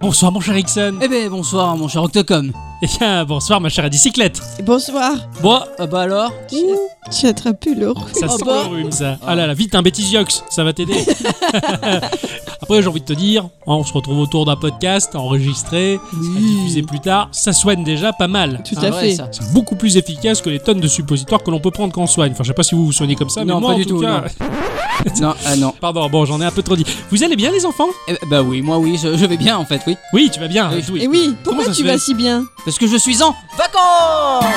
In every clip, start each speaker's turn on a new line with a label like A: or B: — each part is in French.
A: Bonsoir mon cher Ixon.
B: Eh ben bonsoir mon cher Octocom.
A: Eh bien, bonsoir ma chère bicyclette.
C: Bonsoir.
A: Bon,
B: Ah bah alors
C: J'ai attrapé le rhume.
A: ça
B: Oh
A: c'est
B: bah.
A: le rhume ça. Ah là là, vite un bêtisiox, ça va t'aider. Après j'ai envie de te dire, hein, on se retrouve autour d'un podcast enregistré, à diffuser
B: Mm.
A: plus tard. Ça soigne déjà pas mal.
C: Tout
B: Ah,
C: à
B: vrai,
C: fait.
B: ça.
A: C'est beaucoup plus efficace que les tonnes de suppositoires que l'on peut prendre quand on soigne. Enfin, je sais pas si vous vous soignez comme ça,
B: Non,
A: mais moi
B: pas
A: en
B: du
A: tout,
B: tout,
A: cas-
B: Non, ah non.
A: Pardon, bon, j'en ai un peu trop dit. Vous allez bien, les enfants
B: Eh ben, bah oui, moi oui, je, je vais bien en fait, oui.
A: Oui, tu vas bien.
B: Euh,
A: hein,
B: Oui.
A: oui.
C: Et Eh oui,
A: Comment
C: pourquoi
A: ça se
C: tu vas
A: fait
C: si bien
B: Parce que je suis en vacances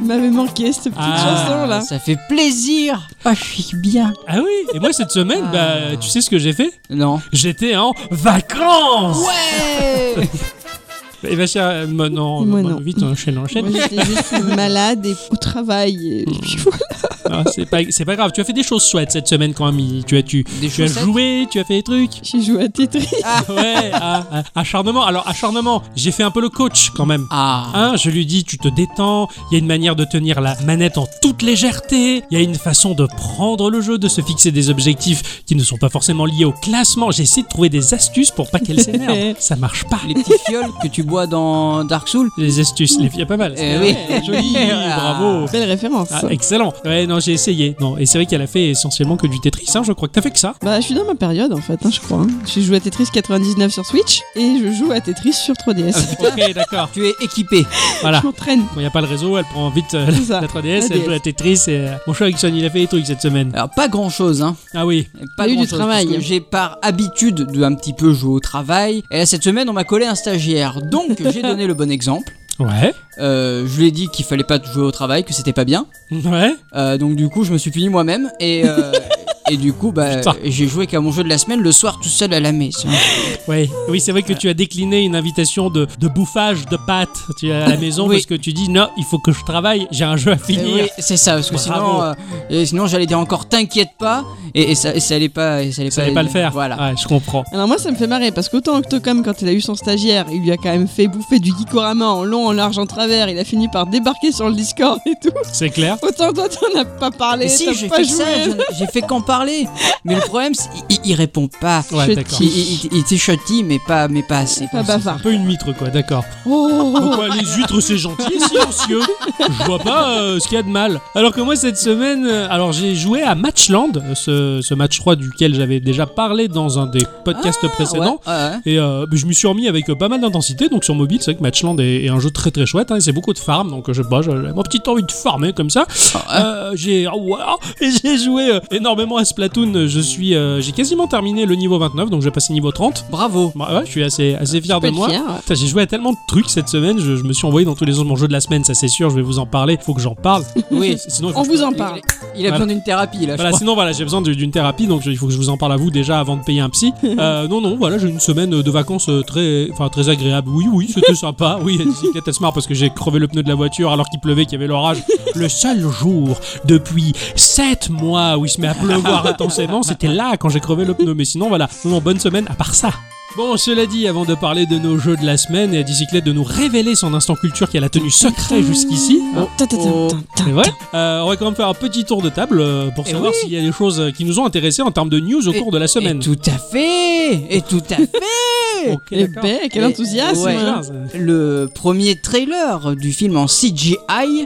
C: Il m'avait manqué cette petite
A: Ah,
C: chanson là.
B: Ça fait plaisir Ah, je suis bien
A: Ah oui, et moi cette semaine,
B: Ah.
A: bah, tu sais ce que j'ai fait
B: Non.
A: J'étais en vacances
B: Ouais
A: Et bah, chère, euh, bah, non,
C: Moi,
A: bah,
C: non.
A: vite, on enchaîne, on enchaîne.
C: Moi j'étais juste malade et au travail. Et puis voilà.
A: Ah, c'est pas, c'est pas grave, tu as fait des choses chouettes cette semaine quand même. il- Tu as, tu,
B: Des
A: tu as
B: chaussettes
A: joué, tu as fait des trucs.
C: J'ai joué à Tetris.
A: Ouais, ah, ah, acharnement. Alors, acharnement, j'ai fait un peu le coach quand même.
B: Ah
A: Hein, je lui dis, tu te détends, il y a une manière de tenir la manette en toute légèreté, il y a une façon de prendre le jeu, de se fixer des objectifs qui ne sont pas forcément liés au classement. J'essaie de trouver des astuces pour pas qu'elle s'énerve. Ça marche pas.
B: Les petits fioles que tu bois dans Dark Souls
A: Les astuces, les filles, pas mal.
B: Eh
A: C'est
B: oui.
A: vrai, joli,
B: Ah.
A: bravo.
C: Belle référence.
A: Ah, excellent. Ouais, non, j'ai essayé. Non, et c'est vrai qu'elle a fait essentiellement que du Tetris, hein, je crois que t'as fait que ça.
C: Bah, je suis dans ma période en fait, hein, je crois. hein. J'ai joué à Tetris 99 sur Switch et je joue à Tetris sur 3DS.
B: Ah,
A: ok, d'accord.
B: Tu es équipé
A: Voilà.
C: Je m'entraîne.
A: Quand il n'y a pas le réseau, elle prend vite euh,
C: C'est ça.
A: la 3DS,
C: La
A: elle joue à Tetris. Et, euh, Mon cher Ixon, il a fait des trucs cette semaine.
B: Alors pas grand chose hein
A: Ah oui.
B: Pas
C: Il y a eu
B: grand
C: du
B: chose,
C: travail.
B: parce que J'ai par habitude de un petit peu jouer au travail Et là cette semaine on m'a collé un stagiaire Donc j'ai donné le bon exemple
A: Ouais.
B: Euh, je lui ai dit qu'il fallait pas jouer au travail, que c'était pas bien.
A: Ouais.
B: Euh, donc du coup, je me suis puni moi-même et euh, et du coup, bah,
A: Putain.
B: j'ai joué qu'à mon jeu de la semaine le soir tout seul à la maison.
A: Ouais, oui, c'est vrai que tu as décliné une invitation de, de bouffage de pâtes tu es à la maison
B: Oui.
A: parce que tu dis non, il faut que je travaille, j'ai un jeu à
B: Eh
A: finir.
B: oui, c'est ça, parce que sinon,
A: Bravo.
B: euh, et sinon j'allais dire encore t'inquiète pas et, et ça, et ça allait pas, et ça allait
A: Ça allait pas le faire.
B: Voilà.
A: Ouais, je comprends.
C: Alors moi ça me fait marrer parce qu'autant Octocom quand il a eu son stagiaire, il lui a quand même fait bouffer du Gikorama en long, en large, en travers, il a fini par débarquer sur le Discord et tout.
A: C'est clair.
C: Autant toi t'en as pas parlé,
B: Mais si,
C: t'as
B: j'ai
C: pas
B: fait
C: joué.
B: ça, je- j'ai fait qu'en parler. Mais le problème, c'est il, il répond pas.
A: Ouais,
C: Je
A: d'accord.
B: Il, il, il- il était chutty, mais pas, mais pas assez.
C: Pas
A: Un
C: bavard.
A: peu une mitre, quoi, d'accord.
C: Oh,
A: Pourquoi les huîtres c'est gentil et silencieux Je vois pas euh, ce qu'il y a de mal. Alors que moi cette semaine, euh, alors j'ai joué à Matchland, euh, ce, ce match 3 duquel j'avais déjà parlé dans un des podcasts précédents.
B: Ouais, ouais, ouais.
A: Et euh, je me suis remis avec euh, pas mal d'intensité, donc sur mobile, c'est vrai que Matchland est, est un jeu très très chouette, hein, et c'est beaucoup de farm, donc euh, je sais pas, j'ai ma petite envie de farmer comme ça. Euh, j'ai oh, wow. Et j'ai joué euh, énormément à Splatoon, je suis, euh, j'ai quasiment terminé le niveau 29, donc j'ai passé niveau 30.
B: Bravo.
A: Bah, ouais, je suis assez, assez fier de
C: peux être
A: moi.
C: fier, ouais.
A: Putain, J'ai joué à tellement de trucs cette semaine, je, je me suis envoyé dans tous les autres mon jeu de la semaine, ça c'est sûr, je vais vous en parler, faut que j'en parle.
B: Oui.
A: Sinon, il faut
C: On
A: que
C: vous
A: je-
C: en parle.
B: Il a besoin d'une thérapie là. je
A: Voilà, sinon voilà, j'ai besoin de- d'une thérapie, donc je- il faut que je vous en parle à vous déjà avant de payer un psy. Euh, non, non, voilà, j'ai une semaine de vacances euh, très, enfin très agréable. Oui, oui, c'était sympa. Oui, la bicyclette elle se marre parce que j'ai crevé le pneu de la voiture alors qu'il pleuvait, qu'il y avait l'orage. Le seul jour depuis 7 mois où il se met à pleuvoir intensément, c'était là quand j'ai crevé le pneu. Mais sinon voilà, non, non, bonne semaine à part ça. Bon, cela dit, avant de parler de nos jeux de la semaine et à bicyclette de nous révéler son instant culture qu'elle a tenu secret jusqu'ici,
C: Oh, tin, tin, tin,
B: Oh.
C: tin, tin.
A: c'est vrai. Euh, on va quand même faire un petit tour de table euh, pour
B: Eh
A: savoir
B: oui.
A: s'il y a des choses euh, qui nous ont intéressés en termes de news au
B: Et-
A: cours de la semaine.
B: Et tout à fait Et tout à fait
A: Ok,
C: Eh
A: d'accord.
C: ben, quel
B: Et-
C: enthousiasme
B: ouais.
C: hein.
B: Le premier trailer du film en CGI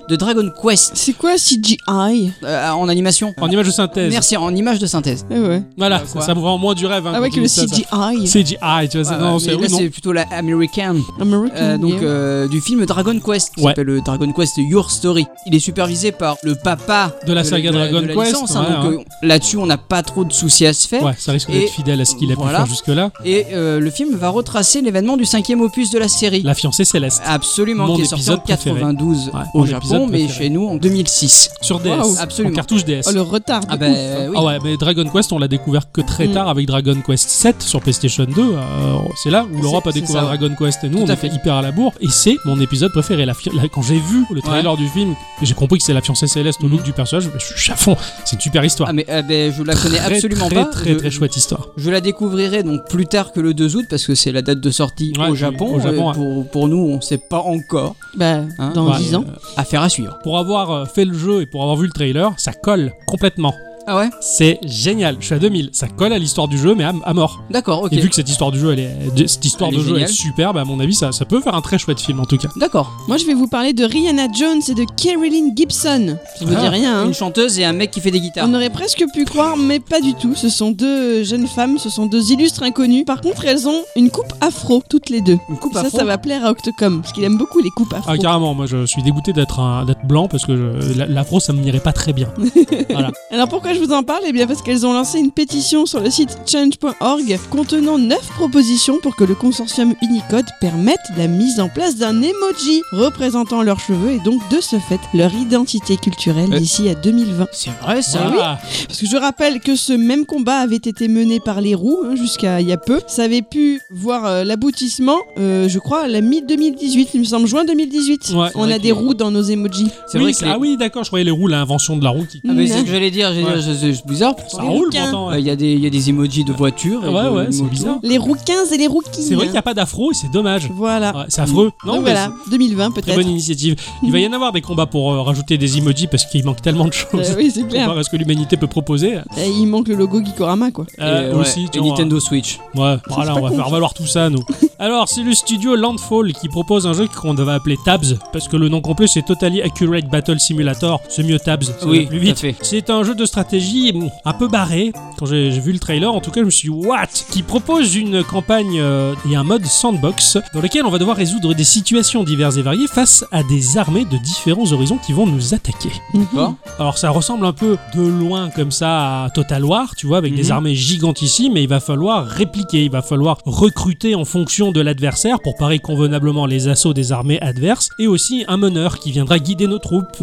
B: de Dragon Quest
C: C'est quoi CGI
B: euh, en animation.
A: En image de synthèse.
B: Merci, en image de synthèse.
C: Ah ouais.
A: Voilà,
B: Euh,
A: ça,
B: quoi
A: ça vous rend moins du rêve. hein,
C: Ah ouais
A: quand
C: que
A: on
C: le
A: dit ça, ça.
C: CGI.
A: CGI, tu vois, c'est-
B: Ouais,
A: Ah, non,
B: ouais,
A: c'est
B: mais
A: oui,
B: là,
A: non.
B: c'est plutôt la American.
C: American
B: Euh, donc
C: Game.
B: euh, du film Dragon Quest, qui
A: Ouais.
B: s'appelle euh, Dragon Quest Your Story. Il est supervisé par le papa
A: De la saga Dragon
B: de la
A: Quest,
B: licence, hein,
A: ouais,
B: donc euh, là-dessus on n'a pas trop de soucis à se faire.
A: Ouais, ça risque
B: Et-
A: d'être fidèle à ce qu'il a
B: voilà.
A: pu faire jusque-là.
B: Et euh, le film va retracer l'événement du cinquième opus de la série.
A: La fiancée céleste.
B: Absolument,
A: Mon
B: qui est sorti en
A: épisode préféré.
B: 92
A: Ouais,
B: au
A: mon
B: Japon,
A: épisode
B: mais
A: préféré.
B: chez nous en 2006.
A: Sur DS.
C: Waouh.
A: En
B: Absolument.
A: cartouche DS.
C: Oh, le retard. de
B: Ah bah
C: ouf.
B: oui.
A: Ah ouais, mais Dragon Quest, on l'a découvert que très
C: Mm.
A: tard avec Dragon Quest 7 sur PlayStation 2. euh, c'est là où l'Europe a
B: c'est
A: découvert
B: ça, ouais.
A: Dragon Quest et nous,
B: Tout
A: on
B: à
A: était hyper à la bourre. Et c'est mon épisode préféré. La fi- la- quand j'ai vu le trailer du film, j'ai compris que c'est la fiancée céleste au look du personnage. Je me suis dit, à fond, c'est une super histoire.
B: Mm. Ah mais euh, ben, je la connais
A: Très,
B: absolument
A: très,
B: pas.
A: Très,
B: je,
A: très chouette histoire.
B: je la découvrirai donc plus tard que le 2 août parce que c'est la date de sortie
A: Ouais,
B: au
A: du-
B: Japon.
A: au Japon,
B: Euh,
A: ouais.
B: pour, pour nous, on sait pas encore.
C: Bah,
B: Hein,
C: dans
A: ouais,
C: 10 ans.
A: euh,
B: Affaire à suivre.
A: Pour avoir euh, fait le jeu et pour avoir vu le trailer, ça colle complètement.
B: Ah ouais
A: C'est génial. Je suis à 2000. Ça colle à l'histoire du jeu, mais à, à mort.
B: D'accord, ok.
A: Et vu que cette histoire du jeu, elle est, cette histoire
B: Elle est
A: de jeu elle est
B: géniale.
A: superbe, à mon avis, ça, ça peut faire un très chouette film en tout cas.
B: D'accord.
C: Moi, je vais vous parler de Rihanna Jones et de Carolyn Gibson. Ça vous
A: Ah,
C: dit rien, hein Ah
B: Une chanteuse et un mec qui fait des guitares.
C: On aurait presque pu croire, mais pas du tout. Ce sont deux jeunes femmes, ce sont deux illustres inconnues. Par contre, elles ont une coupe afro, toutes les deux.
B: Une coupe
C: Et ça,
B: afro.
C: ça va plaire à Octocom, parce qu'il aime beaucoup les coupes afro.
A: Ah, carrément, moi je suis dégoûté d'être un- d'être blanc parce que je- la- l'afro ça me m'irait pas très bien. voilà.
C: Alors pourquoi je vous en parle Eh bien parce qu'elles ont lancé une pétition sur le site change.org contenant 9 propositions pour que le consortium Unicode permette la mise en place d'un emoji représentant leurs cheveux et donc de ce fait leur identité culturelle
B: Euh.
C: d'ici à 2020.
B: C'est vrai ça.
A: Voilà.
C: Parce que je rappelle que ce même combat avait été mené par les roues hein, jusqu'à il y a peu. Ça avait pu voir euh, l'aboutissement, euh, je crois, à la mi-2018, il me semble, juin 2018.
A: Ouais.
C: On
B: C'est
C: a
B: vrai
C: des
B: que-
C: roues dans nos emojis.
B: C'est
A: Oui,
B: vrai que
A: c'est-
B: les-
A: Ah oui, d'accord, je croyais les roues, l'invention de la roue qui.
B: Ah, mais c'est
C: Mmh.
B: ce que j'allais dire, j'allais
A: Ouais.
B: dire, c'est c'est bizarre pour
A: Ça
B: les
A: roule
C: bouquins.
A: pourtant.
B: Euh,
A: ouais. Ah
B: Il y a des, il y a des emojis de voitures. et
A: Ouais,
B: de-
A: ouais,
B: de
A: c'est
B: motos.
A: bizarre.
C: Les roues 15 et les roues 15.
A: C'est vrai qu'il n'y a pas d'afro et c'est dommage.
B: Ah.
C: Voilà.
A: Ouais, c'est affreux. Non,
C: Donc
A: mais
C: voilà, 2020
A: c'est une
C: peut-être.
A: bonne initiative. Il va y en avoir des combats pour euh, rajouter des emojis parce qu'il manque tellement de choses.
C: Euh, oui, c'est
A: Par
C: clair.
A: ce que l'humanité peut proposer.
B: bah.
C: Et il manque le logo Gikorama, quoi.
B: Et,
A: Euh,
B: euh, ouais,
A: aussi,
B: et
A: tu vois.
B: Nintendo Switch.
A: Ouais,
C: c'est
A: voilà,
C: pas
A: on va
C: con,
A: faire
C: ça.
A: valoir tout ça, nous. Alors, c'est le studio Landfall qui propose un jeu qu'on va appeler Tabs, parce que le nom complet c'est Totally Accurate Battle Simulator. C'est mieux Tabs, ça
B: Oui,
A: va plus
B: tout à
A: vite.
B: fait.
A: C'est un jeu de stratégie bon, un peu barré. Quand j'ai j'ai vu le trailer, en tout cas, je me suis dit, what Qui propose une campagne euh, et un mode sandbox dans lequel on va devoir résoudre des situations diverses et variées face à des armées de différents horizons qui vont nous attaquer.
B: D'accord.
A: Alors ça ressemble un peu de loin comme ça à Total War, tu vois, avec des
B: Mhm.
A: armées gigantissimes, mais il va falloir répliquer, il va falloir recruter en fonction de l'adversaire pour parer convenablement les assauts des armées adverses, et aussi un meneur qui viendra guider nos troupes,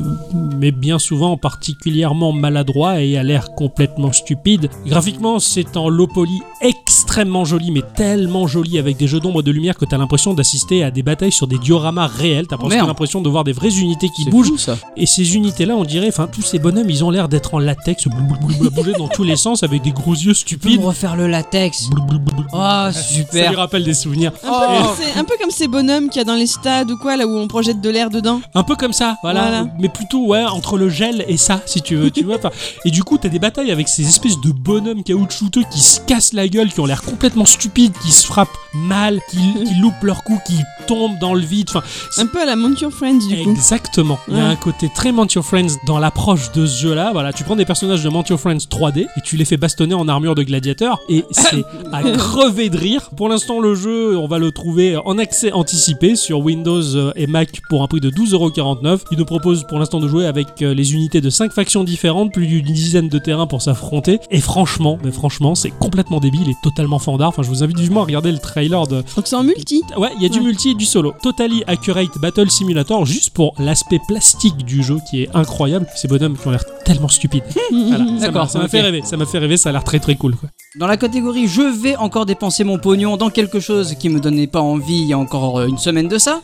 A: mais bien souvent particulièrement maladroit et à l'air complètement stupide. Graphiquement, c'est en low poly extrêmement joli, mais tellement joli avec des jeux d'ombre et de lumière que t'as l'impression d'assister à des batailles sur des dioramas réels, t'as presque
B: Merde.
A: l'impression de voir des vraies unités qui
B: C'est
A: bougent.
B: fou, ça.
A: Et ces unités-là, on dirait, enfin, tous ces bonhommes, ils ont l'air d'être en latex, blou-blou-blou, à bouger dans tous les sens avec des gros yeux
B: Tu peux
A: stupides.
B: me refaire le latex.
A: Blou-blou-blou-blou.
B: Oh,
A: Ça lui
B: super.
A: rappelle des souvenirs.
C: Un, peu
B: Oh.
C: comme ces- un peu comme ces bonhommes qu'il y a dans les stades ou quoi, là où on projette de l'air dedans.
A: Un peu comme ça, voilà.
C: Voilà.
A: Mais plutôt, ouais, entre le gel et ça, si tu veux, tu vois. enfin. Et du coup, t'as des batailles avec ces espèces de bonhommes caoutchouteux qui se cassent la gueule, qui ont l'air complètement stupides, qui se frappent mal, qui, qui loupent leur coup, qui tombent dans le vide. Enfin,
C: Un peu à la Monture Friends, du coup.
A: Exactement. Il y a
C: Ouais.
A: un côté très Mount Your Friends dans l'approche de ce jeu-là. Voilà, tu prends des personnages de Mount Your Friends 3D et tu les fais bastonner en armure de gladiateur et c'est à crever de rire. Pour l'instant, le jeu, on va le trouver en accès anticipé sur Windows euh, et Mac pour un prix de 12,49€. Il nous propose pour l'instant de jouer avec euh, les unités de 5 factions différentes, plus d'une dizaine de terrains pour s'affronter. Et franchement, mais franchement, c'est complètement débile et totalement fandard. Enfin, je vous invite vivement à regarder le trailer de,
C: Donc c'est en multi.
A: Ouais, il y a du
C: Ouais.
A: multi et du solo. Totally Accurate Battle Simulator, juste pour l'aspect plastique du jeu qui est incroyable. Ces bonhommes qui ont l'air tellement stupides. Voilà, ça m'a-
B: D'accord,
A: ça m'a
B: ok.
A: fait rêver. Ça m'a fait rêver, ça a l'air très très cool. quoi.
B: Dans la catégorie je vais encore dépenser mon pognon dans quelque chose qui me donnait pas envie il y a encore euh, une semaine de ça.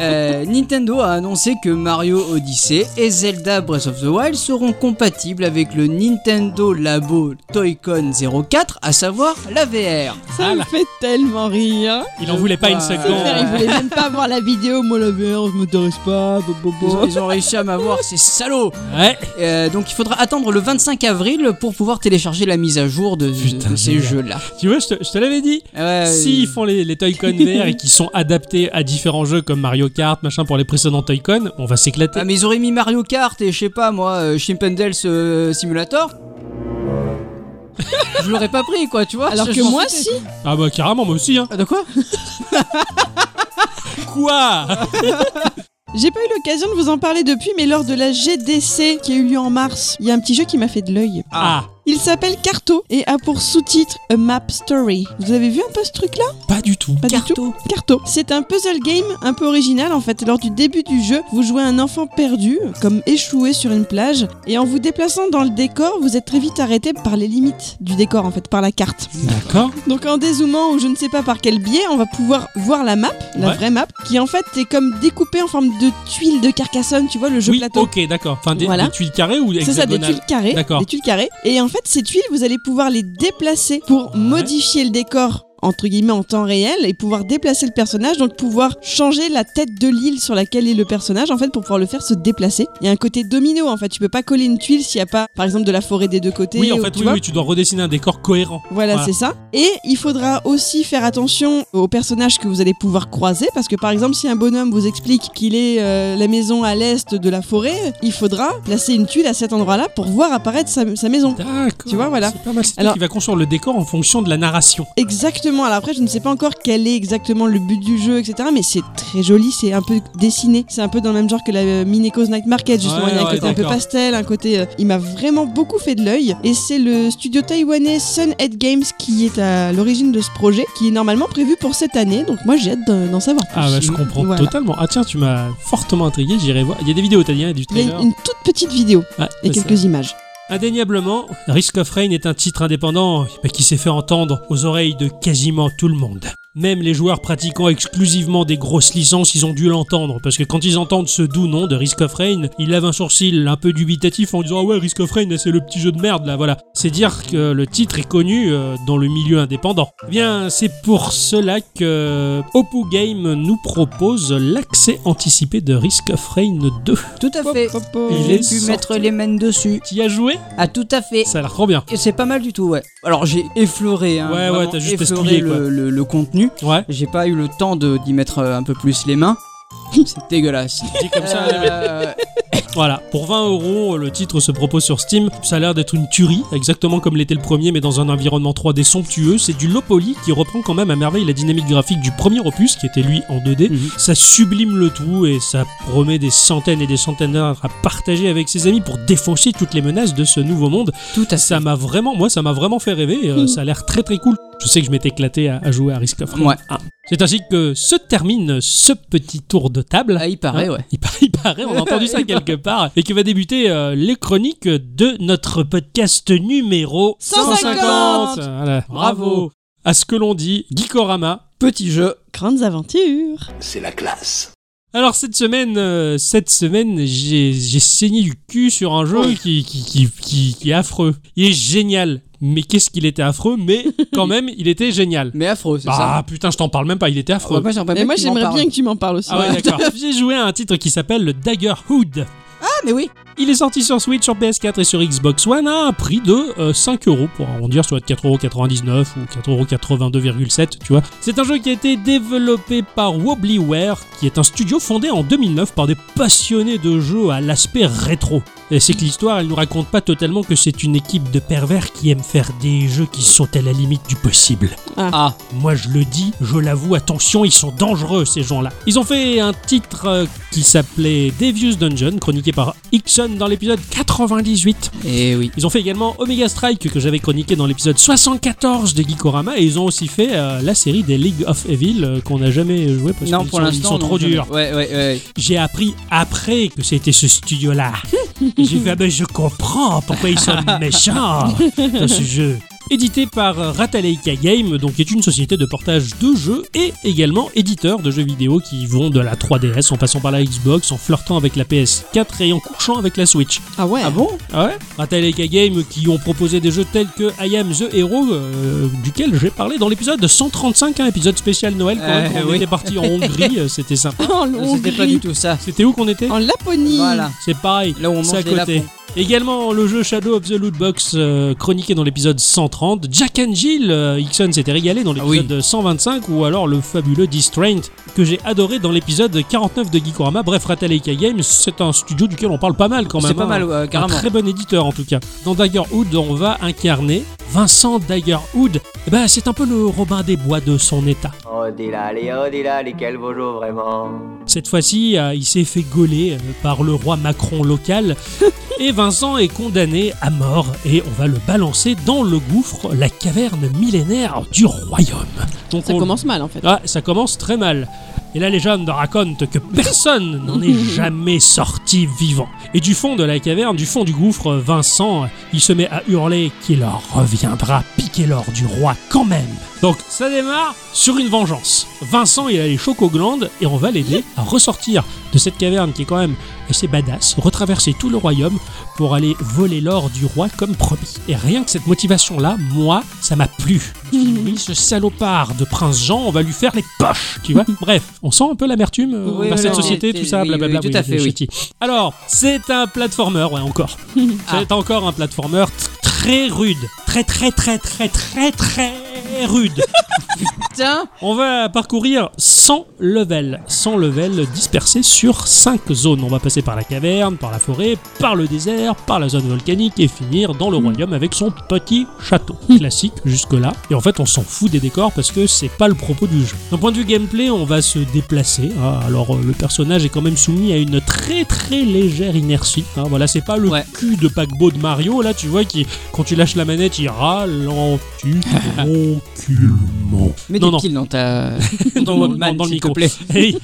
B: Euh, Nintendo a annoncé que Mario Odyssey et Zelda Breath of the Wild seront compatibles avec le Nintendo Labo Toy-Con 04, à savoir la VR.
C: Ça me
A: Voilà.
C: fait tellement rire.
A: Il en voulait pas une
B: C'est
C: C'est
A: seconde.
C: clair, il voulait même pas voir la vidéo, moi la VR, je m'intéresse pas, bo, bo,
B: Ils
C: bo.
B: ont, ils ont réussi à m'avoir, ces salauds
A: Ouais.
B: Euh, Donc il faudra attendre le 25 avril pour pouvoir télécharger la mise à jour de, de-
A: Putain,
B: de ces
A: génial.
B: jeux-là. Euh,
A: Tu vois, je te, je te l'avais dit.
C: Euh,
B: Ouais,
A: S'ils font les, les Toy-Con VR et qu'ils sont adaptés à différents jeux comme Mario Kart, machin pour les précédents Toy-Con, on va s'éclater.
B: Ah mais ils auraient mis Mario Kart et je sais pas moi euh, Chimpendales euh, Simulator. je l'aurais pas pris quoi tu vois.
C: Alors
B: Je-
C: que
B: je m'en
C: moi,
B: foutais.
C: si.
A: Ah bah carrément, moi aussi. Hein.
B: Ah, de quoi
A: Quoi
C: Ah. J'ai pas eu l'occasion de vous en parler depuis, mais lors de la GDC qui a eu lieu en mars, il y a un petit jeu qui m'a fait de l'œil.
A: Ah,
C: Il s'appelle Carto et a pour sous-titre A Map Story. Vous avez vu un peu ce truc-là
A: pas du tout.
C: Pas du tout.
B: Carto.
C: Carto. C'est un puzzle game un peu original en fait. Lors du début du jeu, vous jouez un enfant perdu, comme échoué sur une plage, et en vous déplaçant dans le décor, vous êtes très vite arrêté par les limites du décor en fait, par la carte.
A: D'accord.
C: Donc en dézoomant ou je ne sais pas par quel biais, on va pouvoir voir la map, la
A: Ouais.
C: vraie map, qui en fait est comme découpée en forme de tuiles de Carcassonne, tu vois, le jeu
A: oui,
C: plateau.
A: ok, d'accord. Enfin, des,
C: Voilà.
A: des tuiles carrées ou
C: C'est ça, des
A: hexagonales
C: tuiles carrées.
A: D'accord.
C: Des tuiles carrées. Et en fait, ces tuiles, vous allez pouvoir les déplacer pour modifier le décor entre guillemets en temps réel et pouvoir déplacer le personnage, donc pouvoir changer la tête de l'île sur laquelle est le personnage en fait pour pouvoir le faire se déplacer. Il y a un côté domino en fait, tu peux pas coller une tuile s'il y a pas par exemple de la forêt des deux côtés.
A: Oui, en
C: ou-
A: fait,
C: tu
A: oui,
C: vois.
A: oui, tu dois redessiner un décor cohérent.
C: Voilà,
A: Voilà.
C: c'est ça. Et il faudra aussi faire attention aux personnages que vous allez pouvoir croiser, parce que par exemple, si un bonhomme vous explique qu'il est euh, la maison à l'est de la forêt, il faudra placer une tuile à cet endroit-là pour voir apparaître sa, sa maison.
A: D'accord.
C: Tu vois, voilà.
A: C'est pas mal. C'est toi
C: Alors-
A: qui va construire le décor en fonction de la narration.
C: Exactement. Alors après, je ne sais pas encore quel est exactement le but du jeu, etc. Mais c'est très joli, c'est un peu dessiné. C'est un peu dans le même genre que la euh, Mineko's Night Market, justement.
A: Ouais,
C: il y a un
A: ouais,
C: côté un peu
A: d'accord.
C: pastel, un côté. euh, il m'a vraiment beaucoup fait de l'œil. Et c'est le studio taïwanais Sunhead Games qui est à l'origine de ce projet, qui est normalement prévu pour cette année. Donc moi, j'ai hâte d'en d'en savoir plus.
A: Ah bah je comprends
C: Voilà.
A: totalement. Ah tiens, tu m'as fortement intrigué, j'irai voir. Il y a des vidéos italiennes et du
C: Il y a
A: trailer.
C: une- une toute petite vidéo
A: Ouais,
C: et
A: bah, ça-
C: quelques images.
A: Indéniablement, Risk of Rain est un titre indépendant bah, qui s'est fait entendre aux oreilles de quasiment tout le monde. Même les joueurs pratiquant exclusivement des grosses licences, ils ont dû l'entendre, parce que quand ils entendent ce doux nom de Risk of Rain, ils lèvent un sourcil un peu dubitatif en disant Ah ouais, Risk of Rain, c'est le petit jeu de merde là, voilà. C'est dire que le titre est connu euh, dans le milieu indépendant. Eh bien, c'est pour cela que Oppo Game nous propose l'accès anticipé de Risk of Rain 2.
B: Tout à fait.
C: Pop, pop, pop.
A: Il
B: J'ai
A: est
B: pu
A: sorti.
B: mettre les mains dessus.
A: T'y as joué
B: Ah, tout à fait.
A: Ça a l'air trop bien.
B: Et c'est pas mal du tout, ouais. Alors j'ai effleuré, hein,
A: Ouais, ouais,
B: vraiment
A: t'as juste
B: effleuré
A: esquillé, quoi.
B: le, le- le contenu.
A: Ouais.
B: J'ai pas eu le temps de- d'y mettre euh, un peu plus les mains. C'est dégueulasse.
A: Dit comme ça,
B: Euh,
A: Voilà, pour 20 euros, euh, le titre se propose sur Steam. Ça a l'air d'être une tuerie, exactement comme l'était le premier, mais dans un environnement 3D somptueux. C'est du Lopoli qui reprend quand même à merveille la dynamique graphique du premier opus, qui était lui en 2D.
B: Mhm.
A: Ça sublime le tout et ça promet des centaines et des centaines d'heures à partager avec ses amis pour défoncer toutes les menaces de ce nouveau monde.
B: tout à Mmh.
A: Ça m'a vraiment, moi, ça m'a vraiment fait rêver. et, euh,
C: Mhm.
A: Ça a l'air très très cool. Je sais que je m'étais éclaté à, à jouer à Risk of Rain.
B: Ouais.
A: Ah. C'est ainsi que se termine ce petit tour de table.
B: Ah, il paraît,
A: Hein
B: ouais.
A: Il, par- il paraît, on a entendu ça quelque part, et qui va débuter euh, les chroniques de notre podcast numéro
C: 150.
A: Voilà. Bravo à ce que l'on dit, Geekorama.
B: Petit jeu.
C: Grandes aventures.
D: C'est la classe.
A: Alors cette semaine, euh, cette semaine, j'ai j'ai saigné du cul sur un jeu qui, qui, qui, qui- qui est affreux. Il est génial, mais qu'est-ce qu'il était affreux, mais quand même, il était génial.
B: Mais affreux, c'est
A: Ah
B: ça.
A: putain, je t'en parle même pas, il était affreux.
B: Ouais, moi, j'aimerais
C: Et
B: bien
C: moi,
B: que Ah, tu m'en
C: j'aimerais
B: parles.
C: bien que tu m'en parles aussi.
A: Ah ouais, d'accord. J'ai joué à un titre qui s'appelle le Dagger Hood.
B: Ah, mais oui.
A: Il est sorti sur Switch, sur PS4 et sur Xbox One à un prix de euh, 5 euros pour arrondir, soit 4,99€ ou 4,82,7€, tu vois. C'est un jeu qui a été développé par Wobblyware, qui est un studio fondé en 2009 par des passionnés de jeux à l'aspect rétro. Et c'est que l'histoire, elle nous raconte pas totalement que c'est une équipe de pervers qui aiment faire des jeux qui sont à la limite du possible.
B: Ah,
A: Moi je le dis, je l'avoue, attention, ils sont dangereux ces gens-là. Ils ont fait un titre euh, qui s'appelait Devious Dungeon, chroniqué par Ixon dans l'épisode 98.
B: et Eh oui.
A: Ils ont fait également Omega Strike, que j'avais chroniqué dans l'épisode 74 de Geekorama, et ils ont aussi fait euh, la série des League of Evil, euh, qu'on n'a jamais joué parce
B: non,
A: qu'ils
B: pour
A: sont- ils
B: l'instant.
A: sont
B: non,
A: trop
B: je-
A: durs.
B: Ouais, ouais, ouais.
A: J'ai appris après que c'était ce studio-là. Et J'ai fait, Ah ben, je comprends pourquoi ils sont méchants dans ce jeu. Édité par Rataleika Game, donc qui est une société de portage de jeux et également éditeur de jeux vidéo qui vont de la 3DS en passant par la Xbox, en flirtant avec la PS4 et en couchant avec la Switch.
C: Ah ouais.
B: Ah bon
A: Ouais. Rataleika Game qui ont proposé des jeux tels que I Am the Hero, euh, duquel j'ai parlé dans l'épisode 135, un épisode spécial Noël quand même,
B: Euh,
A: quand on
B: oui.
A: était parti en Hongrie, euh, c'était sympa.
C: En
B: C'était pas
C: Hongrie,
B: du tout ça.
A: C'était où qu'on était
C: en Laponie.
B: Voilà.
A: c'est pareil,
B: Là où on
A: c'est à
B: mange des
A: côté.
B: lapins.
A: Également le jeu Shadow of the Loot Box euh, chroniqué dans l'épisode 130, Jack and Jill, euh, Ixon s'était régalé dans
B: Ah oui.
A: l'épisode 125 ou alors le fabuleux Distraint que j'ai adoré dans l'épisode 49 de Geekorama. Bref, Rataleika Games, c'est un studio duquel on parle pas mal quand même.
B: C'est pas
A: hein.
B: mal, euh,
A: Un
B: carrément.
A: très bon éditeur en tout cas. Dans Daggerhood, on va incarner Vincent Daggerhood. Eh ben, c'est un peu le Robin des Bois de son état.
E: Oh, dis-là, allez, oh, dis-là, allez, quel beau jour, vraiment.
A: Cette fois-ci, euh, il s'est fait gauler euh, par le roi Macron local. Et Vincent est condamné à mort et on va le balancer dans le gouffre, la caverne millénaire du royaume. Donc
C: Ça
A: on-
C: commence mal en fait.
A: Ah, ça commence très mal. Et la légende raconte que personne n'en est jamais sorti vivant. Et du fond de la caverne, du fond du gouffre, Vincent, il se met à hurler qu'il reviendra piquer l'or du roi quand même. Donc ça démarre sur une vengeance. Vincent, il a les chocoglandes et on va l'aider à ressortir de cette caverne qui est quand même assez badass, retraverser tout le royaume pour aller voler l'or du roi comme promis. Et rien que cette motivation-là, moi, ça m'a plu. Oui, ce salopard de Prince Jean, on va lui faire les poches, tu vois. Bref, on sent un peu l'amertume euh,
B: Oui,
A: envers
B: oui,
A: cette
B: non,
A: société,
B: mais-
A: tout ça,
B: oui, oui,
A: blablabla.
B: tout à fait, oui.
A: Chetty. Alors, c'est un platformer, ouais, encore. C'est encore un platformer tr- très rude. Très, très, très, très, très, très rude.
B: Putain
A: On va parcourir 100 levels, 100 levels dispersés sur 5 zones. On va passer par la caverne, par la forêt, par le désert, par la zone volcanique et finir dans le royaume avec son petit château. Classique jusque-là. Et en fait, on s'en fout des décors parce que c'est pas le propos du jeu. D'un point de vue gameplay, on va se déplacer. hein. Alors, euh, le personnage est quand même soumis à une très très légère inertie. hein. Voilà, c'est pas le
B: Ouais.
A: cul de paquebot de Mario, là, tu vois, qui, quand tu lâches la manette, il ralentit tranquillement
B: Mets
A: Non,
B: des
A: non.
B: kills dans ta.
A: dans,
B: Dans
A: dans-
B: Man,
A: dans le
B: s'il te
A: micro.
B: plaît.
A: Hey,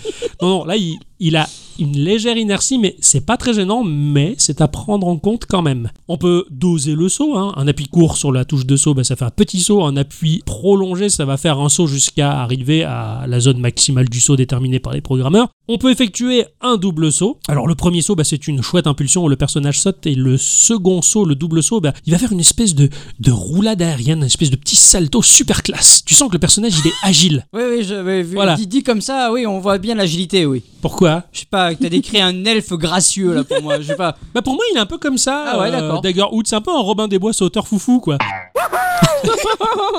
A: non, non, là, il, il a une légère inertie, mais c'est pas très gênant, mais c'est à prendre en compte quand même. On peut doser le saut, hein. un appui court sur la touche de saut, bah, ça fait un petit saut, un appui prolongé, ça va faire un saut jusqu'à arriver à la zone maximale du saut déterminée par les programmeurs. On peut effectuer un double saut. Alors le premier saut, bah, c'est une chouette impulsion où le personnage saute, et le second saut, le double saut, bah, il va faire une espèce de, de roulade aérienne, une espèce de petit salto super classe. Tu sens que le personnage, il est agile.
B: Oui, oui, j'avais vu.
A: Voilà.
B: Dit, dit comme ça, oui, on voit bien l'agilité, oui.
A: Pourquoi
B: Je sais pas, t'as décrit un elfe gracieux là pour moi, je sais pas.
A: Bah pour moi, il est un peu comme ça.
B: Ah ouais, d'accord.
A: Dagger Hood, c'est un peu un Robin des Bois sauteur foufou, quoi.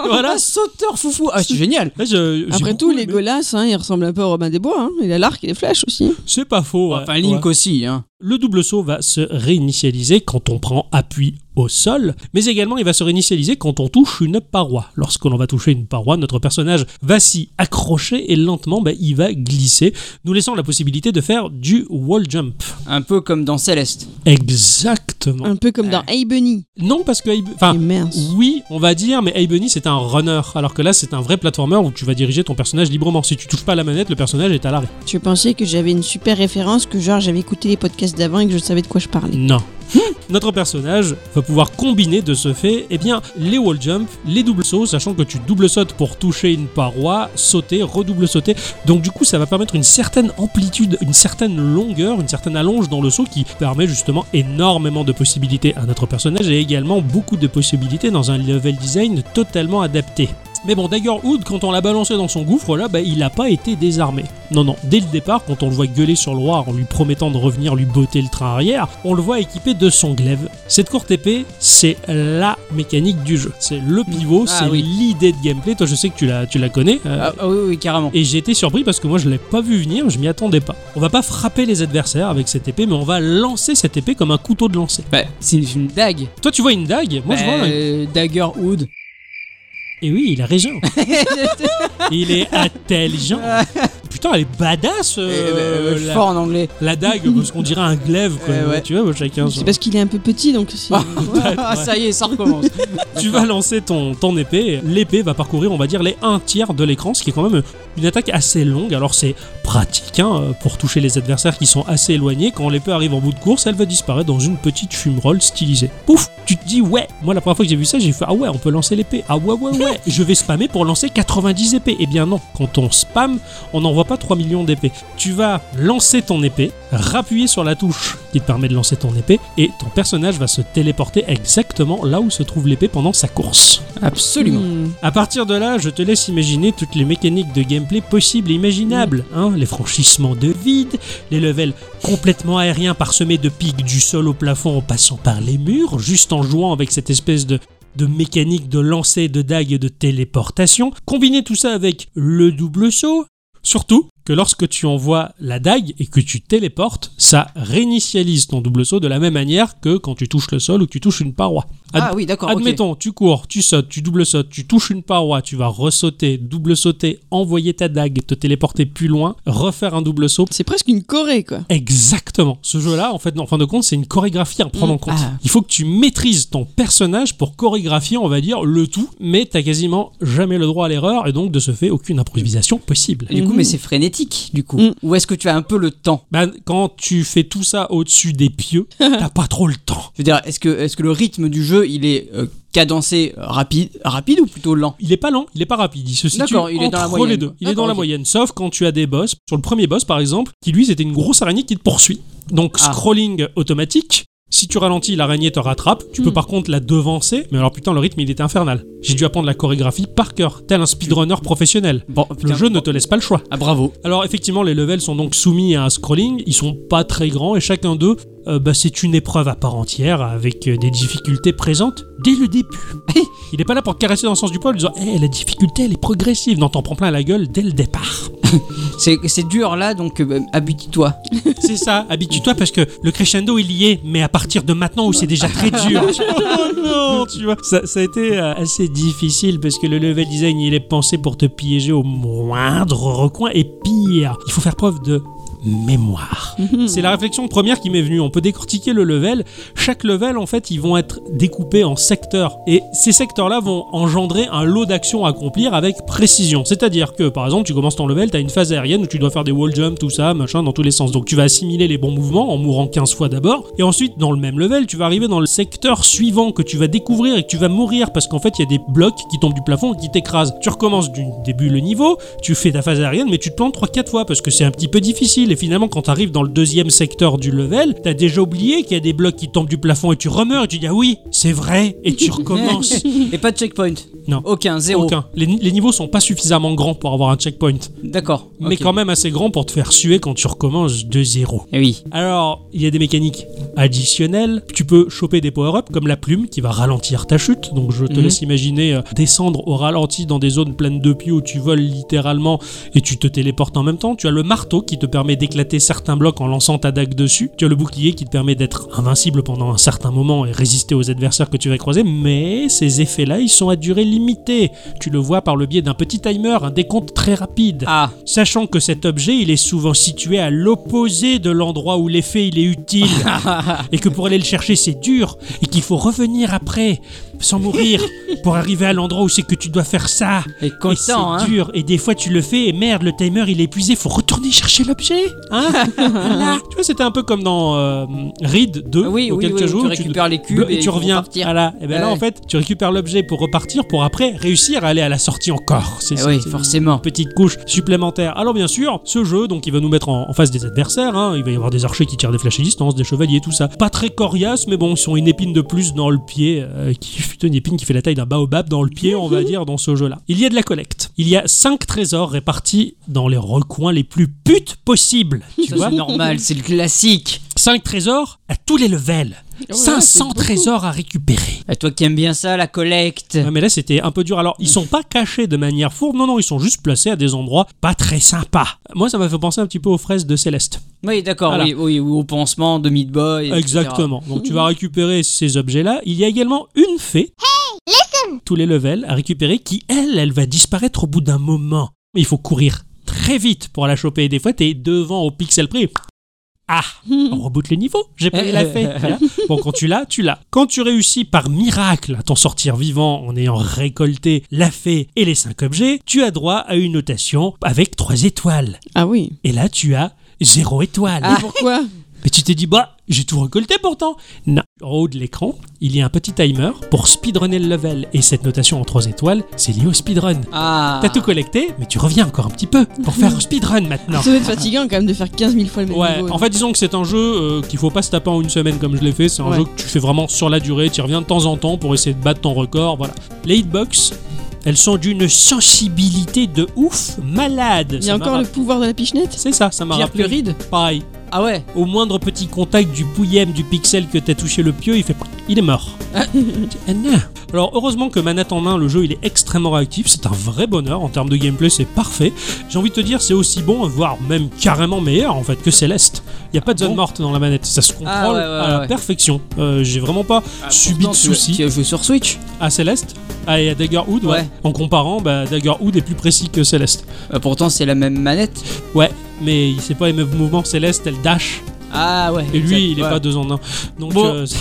A: voilà.
B: Ah, sauteur foufou Ah, c'est génial
A: Là, je- j'ai
C: Après
A: beaucoup
C: tout,
A: aimé.
C: Legolas, hein, il ressemble un peu à Robin des Bois. hein. Il a l'arc et les flèches aussi. hein.
A: C'est pas faux. ouais.
B: Enfin, Link
A: Ouais.
B: aussi, hein.
A: Le double saut va se réinitialiser quand on prend appui au sol, mais également il va se réinitialiser quand on touche une paroi. Lorsque l'on va toucher une paroi, notre personnage va s'y accrocher et lentement, bah, il va glisser, nous laissant la possibilité de faire du wall jump.
B: Un peu comme dans Céleste.
A: Exactement.
C: Un peu comme dans Hey Bunny.
A: Non, parce que... Enfin,
C: Et mince.
A: Oui, on va dire, mais Hey Bunny c'est un runner, alors que là c'est un vrai platformer où tu vas diriger ton personnage librement. Si tu touches pas à la manette, le personnage est à l'arrêt.
C: Je pensais que j'avais une super référence, que genre j'avais écouté les podcasts d'avant et que je savais de quoi je parlais.
A: Non. Notre personnage va pouvoir combiner de ce fait eh bien, les wall jumps, les doubles sauts, sachant que tu double sautes pour toucher une paroi, sauter, redouble sauter. Donc du coup, ça va permettre une certaine amplitude, une certaine longueur, une certaine allonge dans le saut qui permet justement énormément de possibilités à notre personnage et également beaucoup de possibilités dans un level design totalement adapté. Mais bon, Daggerhood, quand on l'a balancé dans son gouffre, là, bah, il n'a pas été désarmé. Non, non, dès le départ, quand on le voit gueuler sur le roi en lui promettant de revenir lui botter le train arrière, on le voit équipé de son glaive. Cette courte épée, c'est la mécanique du jeu. C'est le pivot,
B: Ah
A: c'est
B: oui.
A: l'idée de gameplay. Toi, je sais que tu la, tu la connais. euh,
B: Ah, ah oui, oui, carrément.
A: et j'ai été surpris parce que moi je l'ai pas vu venir, je m'y attendais pas. On va pas frapper les adversaires avec cette épée, mais on va lancer cette épée comme un couteau de lancer.
B: Bah, c'est une, une dague.
A: Toi tu vois une dague, moi je vois un...
B: Euh, Dagger Hood.
A: Et oui, il a raison.
B: Euh,
A: il est intelligent. Putain, elle est badass euh,
B: Euh,
A: la,
B: Fort en anglais.
A: la dague, parce qu'on dirait un glaive quoi.
B: Eh ouais.
A: Tu vois, chacun son-
C: C'est parce qu'il est un peu petit, donc c'est.
B: Ah, ça y est, ça recommence.
A: Tu vas lancer ton, ton épée, l'épée va parcourir on va dire les un tiers de l'écran, ce qui est quand même une attaque assez longue. Alors c'est pratique hein, pour toucher les adversaires qui sont assez éloignés. Quand l'épée arrive en bout de course, elle va disparaître dans une petite fumerolle stylisée. Pouf Tu te dis ouais Moi la première fois que j'ai vu ça, j'ai fait ah ouais on peut lancer l'épée. Ah ouais ouais ouais Je vais spammer pour lancer 90 épées. Eh bien non, quand on spamme, on n'envoie pas 3 millions d'épées. Tu vas lancer ton épée, rappuyer sur la touche qui te permet de lancer ton épée, et ton personnage va se téléporter exactement là où se trouve l'épée pendant sa course.
B: Absolument.
C: Hmm.
A: À partir de là, je te laisse imaginer toutes les mécaniques de gameplay possibles et imaginables. hein. les franchissements de vide, les levels complètement aériens parsemés de pics du sol au plafond en passant par les murs, juste en jouant avec cette espèce de de mécanique de lancer de dagues et de téléportation. Combiner tout ça avec le double saut, Surtout que lorsque tu envoies la dague et que tu téléportes, ça réinitialise ton double saut de la même manière que quand tu touches le sol ou que tu touches une paroi. Ad-
B: Ah oui, d'accord. ok.
A: Admettons, tu cours, tu sautes, tu double sautes, tu touches une paroi, tu vas ressauter, double sauter, envoyer ta dague, te téléporter plus loin, refaire un double saut.
C: C'est presque une Corée, quoi.
A: Exactement. Ce jeu-là, en fait, en fin de compte, c'est une chorégraphie à prendre en compte.
B: Ah.
A: Il faut que tu maîtrises ton personnage pour chorégraphier, on va dire, le tout, mais t'as quasiment jamais le droit à l'erreur et donc de ce fait, aucune improvisation possible.
B: Et Du coup,
C: Mhm.
B: mais c'est freiné éthique, du coup
C: Mm.
B: Ou est-ce que tu as un peu le temps
A: Ben, quand tu fais tout ça au-dessus des pieux, t'as pas trop le temps.
B: Je veux dire, est-ce que, est que le rythme du jeu, il est euh, cadencé euh, rapide, rapide ou plutôt lent
A: Il est pas lent, il est pas rapide, il se situe
B: D'accord, il est dans la
A: entre
B: moyenne.
A: les deux. Il est dans
B: D'accord,
A: la
B: ok.
A: moyenne, sauf quand tu as des boss. Sur le premier boss, par exemple, qui lui, c'était une grosse araignée qui te poursuit. Donc,
B: Ah.
A: scrolling automatique. Si tu ralentis, l'araignée te rattrape. Tu peux
D: Hmm.
A: par contre la devancer. Mais alors, putain, le rythme, il était infernal. J'ai dû apprendre la chorégraphie par cœur, tel un speedrunner professionnel.
B: Bon,
A: Le
B: putain.
A: jeu ne te laisse pas le choix.
B: Ah, bravo.
A: Alors effectivement, les levels sont donc soumis à un scrolling, ils sont pas très grands et chacun d'eux, euh, bah, c'est une épreuve à part entière avec euh, des difficultés présentes dès le début. Il n'est pas là pour te caresser dans le sens du poil en disant Eh, la difficulté elle est progressive, non t'en prends plein la gueule dès le départ.
B: C'est c'est dur là, donc euh, habitue-toi.
A: c'est ça, habitue-toi parce que le crescendo il y est, mais à partir de maintenant où c'est déjà très dur. oh non, tu vois. Ça, ça a été euh, assez difficile parce que le level design il est pensé pour te piéger au moindre recoin et pire, il faut faire preuve de mémoire. C'est la réflexion première qui m'est venue. On peut décortiquer le level. Chaque level, en fait, ils vont être découpés en secteurs. Et ces secteurs-là vont engendrer un lot d'actions à accomplir avec précision. C'est-à-dire que, par exemple, tu commences ton level, tu as une phase aérienne où tu dois faire des wall jumps, tout ça, machin, dans tous les sens. Donc tu vas assimiler les bons mouvements en mourant 15 fois d'abord. Et ensuite, dans le même level, tu vas arriver dans le secteur suivant que tu vas découvrir et que tu vas mourir parce qu'en fait, il y a des blocs qui tombent du plafond et qui t'écrasent. Tu recommences du début le niveau, tu fais ta phase aérienne, mais tu te plantes 3-4 fois parce que c'est un petit peu difficile. Et finalement, quand tu arrives dans le deuxième secteur du level, t'as déjà oublié qu'il y a des blocs qui tombent du plafond et tu remeurs et tu dis ah oui, c'est vrai, et tu recommences.
B: Et pas de checkpoint
A: Non.
B: Aucun, zéro.
A: Aucun. Les, les niveaux sont pas suffisamment grands pour avoir un checkpoint,
B: D'accord.
A: mais quand même assez grands pour te faire suer quand tu recommences de zéro.
B: Eh oui.
A: Alors, il y a des mécaniques additionnelles. Tu peux choper des power-ups comme la plume qui va ralentir ta chute. Donc, je te
B: Mhm.
A: laisse imaginer euh, descendre au ralenti dans des zones pleines de pieds où tu voles littéralement et tu te téléportes en même temps. Tu as le marteau qui te permet d'éclater certains blocs en lançant ta dague dessus. Tu as le bouclier qui te permet d'être invincible pendant un certain moment et résister aux adversaires que tu vas croiser. Mais ces effets-là, ils sont à durée limitée. Tu le vois par le biais d'un petit timer, un décompte très rapide.
B: Ah,
A: Sachant que cet objet, il est souvent situé à l'opposé de l'endroit où l'effet il est utile, et que pour aller le chercher c'est dur, et qu'il faut revenir après, sans mourir, pour arriver à l'endroit où c'est que tu dois faire ça.
B: et
A: et c'est
B: content, hein.
A: dur, et des fois tu le fais, et merde, le timer il est épuisé, faut retourner chercher l'objet. Hein Voilà. Tu vois, c'était un peu comme dans euh, Reed 2,
B: Ah Oui, oui,
A: auquel
B: oui,
A: tu
B: tu
A: joues, tu-
B: récupères les cubes
A: et, tu
B: ils vont
A: reviens.
B: partir.
A: Voilà. Et ben là,
B: Ouais.
A: en fait, tu récupères l'objet pour repartir, pour après réussir à aller à la sortie encore. C'est
B: Eh
A: ça,
B: oui,
A: c'est-
B: forcément.
A: petite couche supplémentaire. Alors bien sûr, ce jeu, donc il va nous mettre en, en face des adversaires, hein. il va y avoir des archers qui tirent des flèches à distance, des chevaliers, tout ça. Pas très coriace, mais bon, ils ont une épine de plus dans le pied, euh, qui, putain, une épine qui fait la taille d'un baobab dans le pied, on va dire, dans ce jeu-là. Il y a de la collecte. Il y a 5 trésors répartis dans les recoins les plus putes possibles. Tu
B: Ça,
A: vois
B: C'est normal, c'est le classique.
A: 5 trésors à tous les
B: Ah
A: levels. 500 trésors à récupérer.
B: Et toi qui aimes bien ça, la collecte.
A: Ouais, mais là, c'était un peu dur. Alors, ils sont pas cachés de manière fourbe. Non, non, ils sont juste placés à des endroits pas très sympas. Moi, ça m'a fait penser un petit peu aux fraises de Céleste.
B: Oui, d'accord,
A: Voilà.
B: oui, oui, ou au pansement de Meat Boy. etc.
A: Exactement. Donc, tu vas récupérer ces objets-là. Il y a également une fée. Tous les levels à récupérer qui, elle, elle va disparaître au bout d'un moment. Mais il faut courir très vite pour la choper. Des fois, t'es devant au pixel près. Ah, on reboot le niveau. J'ai pas eu la fée. Voilà. Bon, quand tu l'as, tu l'as. Quand tu réussis par miracle à t'en sortir vivant en ayant récolté la fée et les cinq objets, tu as droit à une notation avec trois étoiles.
C: Ah oui.
A: Et là, tu as zéro étoile.
B: Ah.
C: Pourquoi
A: Mais tu t'es dit, bah, j'ai tout récolté pourtant. Non. En haut de l'écran, il y a un petit timer pour speedrunner le level. Et cette notation en trois étoiles, c'est lié au speedrun.
B: Ah.
A: T'as tout collecté, mais tu reviens encore un petit peu pour faire un speedrun maintenant.
C: Ça doit être fatigant quand même de faire 15 000 fois le même
A: Ouais,
C: niveau.
A: en fait, disons que c'est un jeu euh, qu'il faut pas se taper en une semaine comme je l'ai fait. C'est un
C: Ouais.
A: jeu que tu fais vraiment sur la durée. Tu y reviens de temps en temps pour essayer de battre ton record. Voilà. Les hitbox, elles sont d'une sensibilité de ouf malade.
C: Il y
A: Ça
C: a
A: m'a
C: encore
A: ra-
C: le pouvoir de la pichenette
A: C'est ça, ça m'a
B: Pierre
A: rappelé.
B: Pluride
A: Pareil.
B: Ah ouais
A: Au moindre petit contact du pouillem du pixel que t'as touché le pieu, il fait. Il est mort. Ah non. Alors heureusement que manette en main, le jeu il est extrêmement réactif, c'est un vrai bonheur en termes de gameplay, c'est parfait. J'ai envie de te dire, c'est aussi bon, voire même carrément meilleur en fait que Céleste. Il y a pas de zone
B: Ah bon Ah
A: morte dans la manette, ça se contrôle
B: ouais, ouais,
A: à la
B: ouais. Ah,
A: perfection. Euh, J'ai vraiment pas subi de
B: Pourtant, tu- Tu
A: soucis
B: as joué sur Switch
A: à Céleste ah, et à Daggerwood. ouais.
B: Ouais.
A: En comparant, bah, Daggerwood est plus précis que Céleste.
B: Euh, Pourtant, c'est la même manette.
A: Ouais, mais il sait pas les mêmes mouvements. Céleste, elle dash.
B: Ah ouais.
A: Et lui,
B: exact,
A: il est
B: ouais.
A: pas deux en un. Donc,
B: Bon.
A: euh, c'est-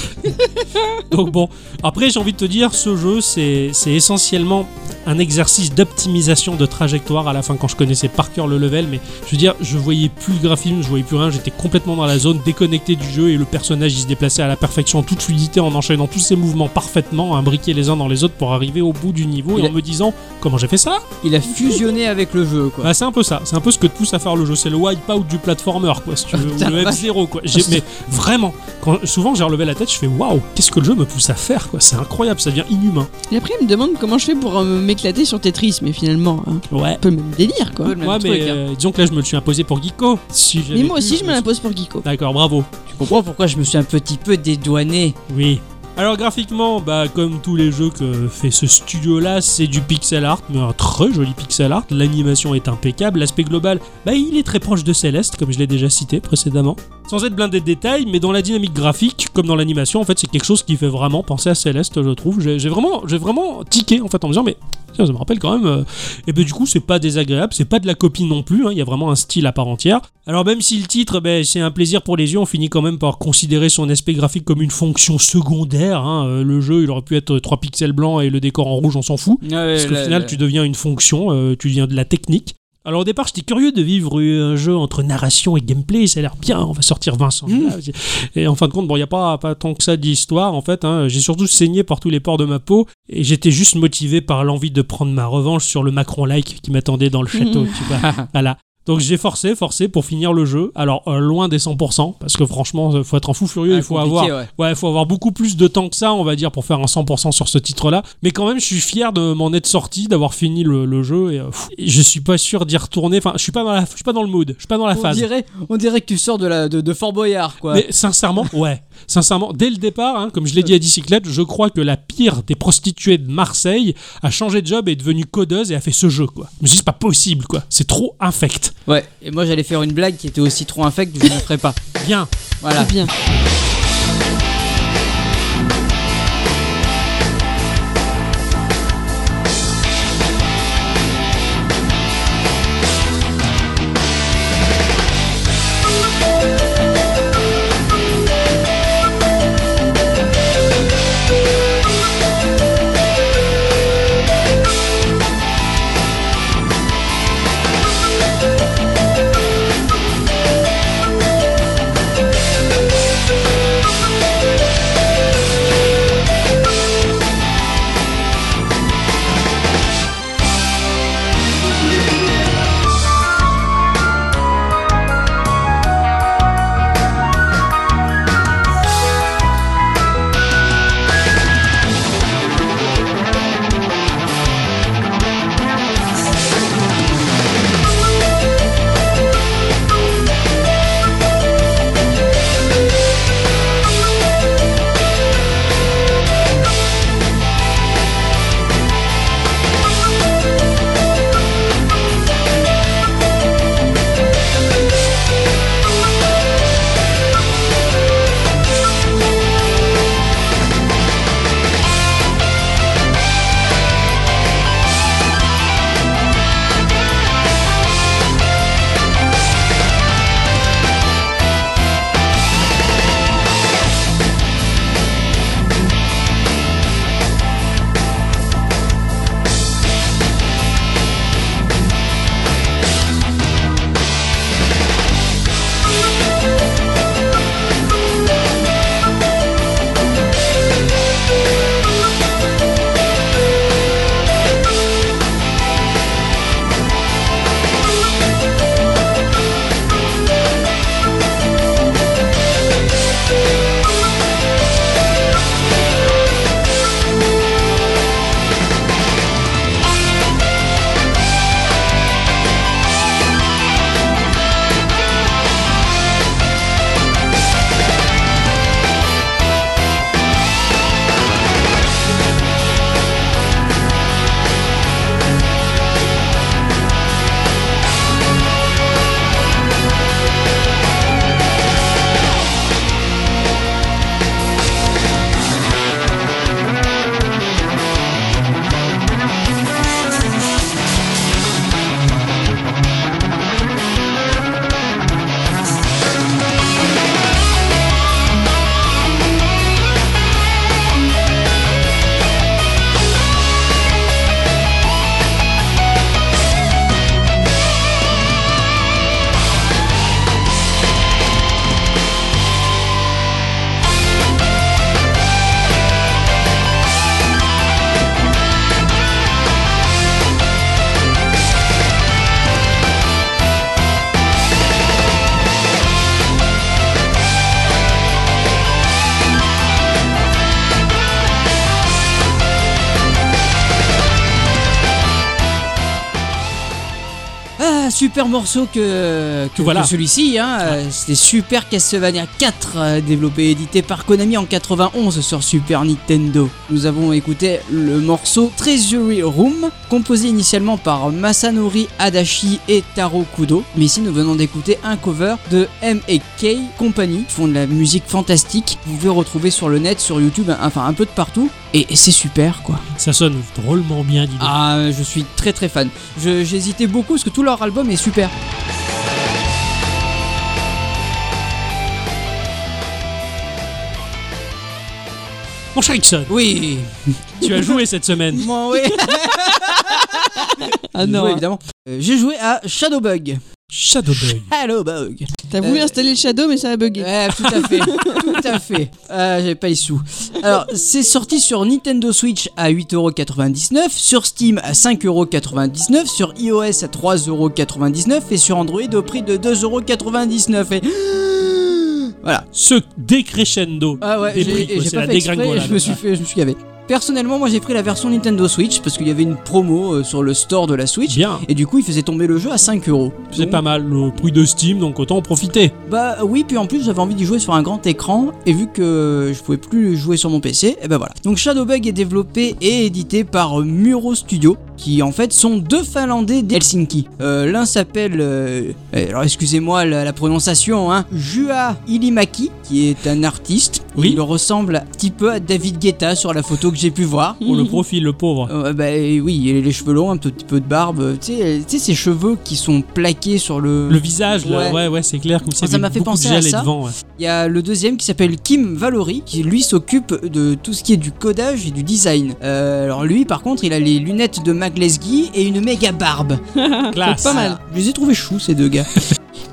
A: donc bon. Après, j'ai envie de te dire, ce jeu, c'est c'est essentiellement un exercice d'optimisation de trajectoire à la fin quand je connaissais par cœur le level. Mais je veux dire, je voyais plus le graphisme, je voyais plus rien. J'étais complètement dans la zone déconnectée du jeu et le personnage il se déplaçait à la perfection, en toute fluidité, en enchaînant tous ses mouvements parfaitement, imbriqués les uns dans les autres pour arriver au bout du niveau et
B: Il
A: en me disant comment j'ai fait ça
B: Il a fusionné avec le jeu, quoi.
A: bah, c'est un peu ça, c'est un peu ce que te pousse à faire le jeu, c'est le wipeout du platformer quoi, si tu veux, ou
B: Putain,
A: le
B: la
A: F0 quoi. J'ai- mais vraiment, quand, souvent j'ai relevé la tête, je fais waouh, qu'est-ce que le jeu me pousse à faire quoi, c'est incroyable, ça devient inhumain.
C: Et après, il me demande comment je fais pour euh, m'éclater sur Tetris, mais finalement, hein,
A: Ouais.
C: un peu le même délire quoi.
B: Un peu le même
A: Ouais, mais
B: truc, hein.
A: euh, disons que là je me le suis imposé pour Geeko. Si j'avais
C: Mais moi
A: pu,
C: aussi, je me
A: suis-
C: l'impose pour Geeko.
A: D'accord, bravo.
B: Tu comprends pourquoi je me suis un petit peu dédouané
A: Oui. Alors graphiquement, bah, comme tous les jeux que fait ce studio-là, c'est du pixel art, mais un très joli pixel art. L'animation est impeccable, l'aspect global, bah, il est très proche de Céleste, comme je l'ai déjà cité précédemment. Sans être blindé de détails, mais dans la dynamique graphique, comme dans l'animation, en fait, c'est quelque chose qui fait vraiment penser à Céleste, je trouve. J'ai j'ai vraiment, j'ai vraiment tiqué en fait en me disant, mais tiens, ça me rappelle quand même. euh, Et ben du coup, c'est pas désagréable, c'est pas de la copie non plus. hein, Il y a vraiment un style à part entière. Alors même si le titre, ben, c'est un plaisir pour les yeux, on finit quand même par considérer son aspect graphique comme une fonction secondaire. hein. Euh, Le jeu, il aurait pu être 3 pixels blancs et le décor en rouge, on s'en fout. Parce qu'au final, tu deviens une fonction, euh, tu deviens de la technique. Alors au départ, j'étais curieux de vivre euh, un jeu entre narration et gameplay. Ça a l'air bien, on va sortir Vincent. Et en fin de compte, bon, il n'y a pas, pas tant que ça d'histoire, en fait. hein. J'ai surtout saigné par tous les pores de ma peau. Et j'étais juste motivé par l'envie de prendre ma revanche sur le Macron-like qui m'attendait dans le château, tu vois. Voilà. Donc j'ai forcé, forcé pour finir le jeu. Alors euh, loin des 100%, parce que franchement, euh, faut être un fou
B: Ah,
A: furieux, il faut avoir Ouais, faut avoir beaucoup plus de temps que ça, on va dire, pour faire un 100% sur ce titre-là. Mais quand même, je suis fier de m'en être sorti, d'avoir fini le, le jeu. Et, euh, pff, je suis pas sûr d'y retourner. Enfin, je suis pas dans la, je suis pas dans le mood, je suis pas dans la
B: On
A: phase.
B: dirait, on dirait que tu sors de, la, de, de Fort Boyard, quoi.
A: Mais sincèrement, ouais. Sincèrement, dès le départ, hein, comme je l'ai dit à Dicyclette, je crois que la pire des prostituées de Marseille a changé de job et est devenue codeuse et a fait ce jeu, quoi. Je me suis dit, c'est pas possible, quoi. C'est trop infect.
B: Ouais, et moi j'allais faire une blague qui était aussi trop infecte, je ne la ferai pas.
A: Bien.
B: Voilà.
C: C'est bien.
B: un Ah, super morceau que, que,
A: Voilà.
B: que celui-ci. Hein. Euh, C'était Super Castlevania 4, euh, développé et édité par Konami en 91 sur Super Nintendo. Nous avons écouté le morceau Treasury Room, composé initialement par Masanori Adachi et Taro Kudo. Mais ici, nous venons d'écouter un cover de M&K Company, qui font de la musique fantastique. Vous pouvez retrouver sur le net, sur YouTube, enfin un peu de partout. Et, et c'est super, quoi.
A: Ça sonne drôlement bien, dis donc.
B: Ah, je suis très très fan. Je- J'hésitais beaucoup parce que tout leur album est super.
A: Mon cher Ixon,
B: Oui,
A: tu as joué cette semaine.
B: moi oui.
C: Ah
B: J'ai
C: non,
B: joué,
C: hein.
B: évidemment. Euh, J'ai joué à Shadowbug.
A: Shadowbug.
B: Shadowbug.
C: t'as voulu
B: Euh,
C: installer le shadow, mais ça a bugué.
B: Ouais, Eh, tout à fait. tout à fait. Euh, J'avais pas les sous. Alors, c'est sorti sur Nintendo Switch à 8,99€, sur Steam à 5,99€, sur iOS à 3,99€ et sur Android au prix de 2,99€. Et... Voilà.
A: Ce décrescendo.
B: Ah ouais,
A: des
B: j'ai-
A: prix, quoi,
B: j'ai
A: c'est
B: pas
A: la
B: fait exprès,
A: dégringolade. Ah,
B: je me suis fait, je me suis gavé. Personnellement, moi j'ai pris la version Nintendo Switch parce qu'il y avait une promo euh, sur le store de la Switch.
A: Bien,
B: Et du coup, il faisait tomber le jeu à 5 euros.
A: c'est pas mal le prix de Steam, donc autant en profiter.
B: Bah oui, puis en plus j'avais envie d'y jouer sur un grand écran et vu que je pouvais plus jouer sur mon PC, et ben voilà. Donc Shadowbug est développé et édité par Muro Studio, qui en fait sont deux Finlandais d'Helsinki. Euh, L'un s'appelle, euh, euh, alors excusez-moi la, la prononciation, hein, Juha Ilimaki, qui est un artiste.
A: Oui.
B: Il ressemble un petit peu à David Guetta sur la photo que j'ai pu voir.
A: Pour le profil, le pauvre.
B: Euh, bah oui, il a les cheveux longs, un petit peu de barbe, euh, tu sais, euh, tu sais ces cheveux qui sont plaqués sur le...
A: Le visage, là,
B: Ouais.
A: ouais, ouais, c'est clair, comme
B: Oh, Ça
A: si il y avait
B: m'a fait
A: beaucoup de
B: penser
A: gel
B: à
A: et de
B: ça.
A: vent, ouais.
B: Il y a le deuxième qui s'appelle Kim Valory, qui lui s'occupe de tout ce qui est du codage et du design. Euh, alors lui, par contre, il a les lunettes de Mac Lesguy et une méga barbe.
A: Classe.
B: Pas mal. Je les ai trouvés choux, ces deux gars.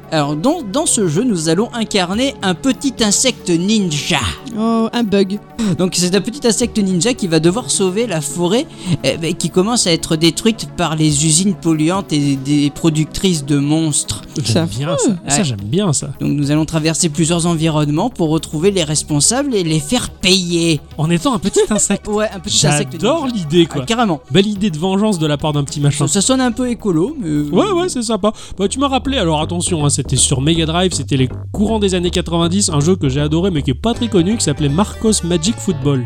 B: alors dans, dans ce jeu, nous allons incarner un petit insecte ninja.
C: Oh, un bug.
B: Donc c'est un petit insecte ninja qui va devoir sauver la forêt eh ben, qui commence à être détruite par les usines polluantes et des productrices de monstres.
A: J'aime bien ça.
B: Mmh. Ouais.
A: Ça, j'aime bien ça.
B: Donc nous allons traverser plusieurs environnements pour retrouver les responsables et les faire payer.
A: En étant un petit insecte.
B: Ouais, un petit insecte.
A: J'adore l'idée,
B: Ah,
A: quoi.
B: carrément.
A: Belle idée de vengeance de la part d'un petit machin.
B: Ça, ça sonne un peu écolo, mais. euh,
A: Ouais, ouais, c'est sympa. Bah, tu m'as rappelé, alors attention, hein, c'était sur Mega Drive, c'était les courants des années 90, un jeu que j'ai adoré mais qui est pas très connu, qui s'appelait Marcos Magic Football.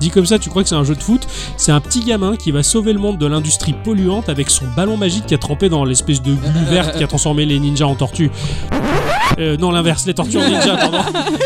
A: Dit comme ça, tu crois que c'est un jeu de foot C'est un petit gamin qui va sauver le monde de l'industrie polluante avec son ballon magique qui a trempé dans l'espèce de glu verte qui a transformé les ninjas en tortues. Euh, non, l'inverse, les tortues en ninjas, pardon.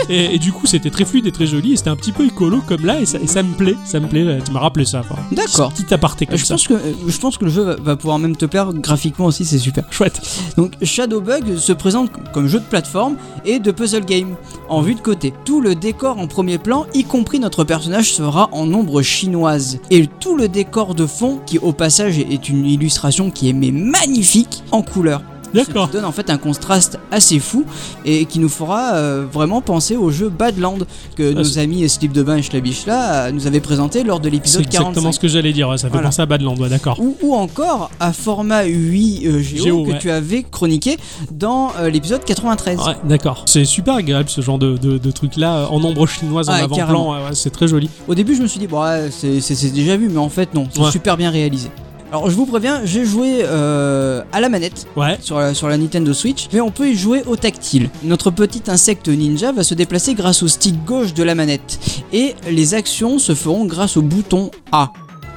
A: Et, et du coup, c'était très fluide et très joli, et c'était un petit peu écolo comme là, et ça, et ça me plaît, ça me plaît, euh, tu m'as rappelé ça. enfin,
B: D'accord.
A: Petit aparté
B: Euh,
A: comme
B: Je
A: ça.
B: pense, que, euh, je pense que le jeu va- va pouvoir même te plaire graphiquement aussi, c'est super.
A: Chouette.
B: Donc Shadowbug se présente comme jeu de plateforme et de puzzle game, en vue de côté. Tout le décor en premier plan, y compris notre personnage, sera en ombre chinoise. Et tout le décor de fond, qui au passage est une illustration qui est mais magnifique, en couleur.
A: D'accord.
B: Ce qui donne en fait un contraste assez fou et qui nous fera euh, vraiment penser au jeu Badland que
A: Ah,
B: nos
A: c'est-
B: amis Slip de Bain et Schlabichla euh, nous avaient présenté lors de
A: C'est
B: l'épisode
A: exactement
B: 45.
A: ce que j'allais dire, ouais, ça fait
B: Voilà.
A: penser à Badland, ouais, d'accord.
B: Ou, ou encore à format UI euh, Géo,
A: Géo,
B: que
A: ouais.
B: tu avais chroniqué dans euh, l'épisode 93.
A: Ouais, d'accord. C'est super agréable ce genre de, de, de truc-là, euh, en ombre chinoise, en
B: Ouais,
A: avant-plan,
B: carrément.
A: ouais, ouais, c'est très joli.
B: Au début, je me suis dit, bon, ouais, c'est c'est- c'est déjà vu, mais en fait, non, c'est
A: Ouais.
B: super bien réalisé. Alors, je vous préviens, j'ai joué euh, à la manette.
A: Ouais,
B: sur la, sur la Nintendo Switch, mais on peut y jouer au tactile. Notre petit insecte ninja va se déplacer grâce au stick gauche de la manette, et les actions se feront grâce au bouton A.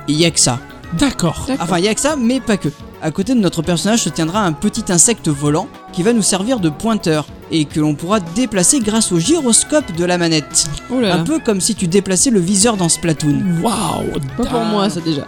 B: Il y a que ça.
A: d'accord.
C: D'accord.
B: Enfin, il y a que ça, mais pas que. À côté de notre personnage se tiendra un petit insecte volant qui va nous servir de pointeur et que l'on pourra déplacer grâce au gyroscope de la manette.
C: Oh là
B: Un
C: là.
B: peu comme si tu déplaçais le viseur dans Splatoon.
A: Waouh
C: Pas pour
A: dingue.
C: moi, ça déjà.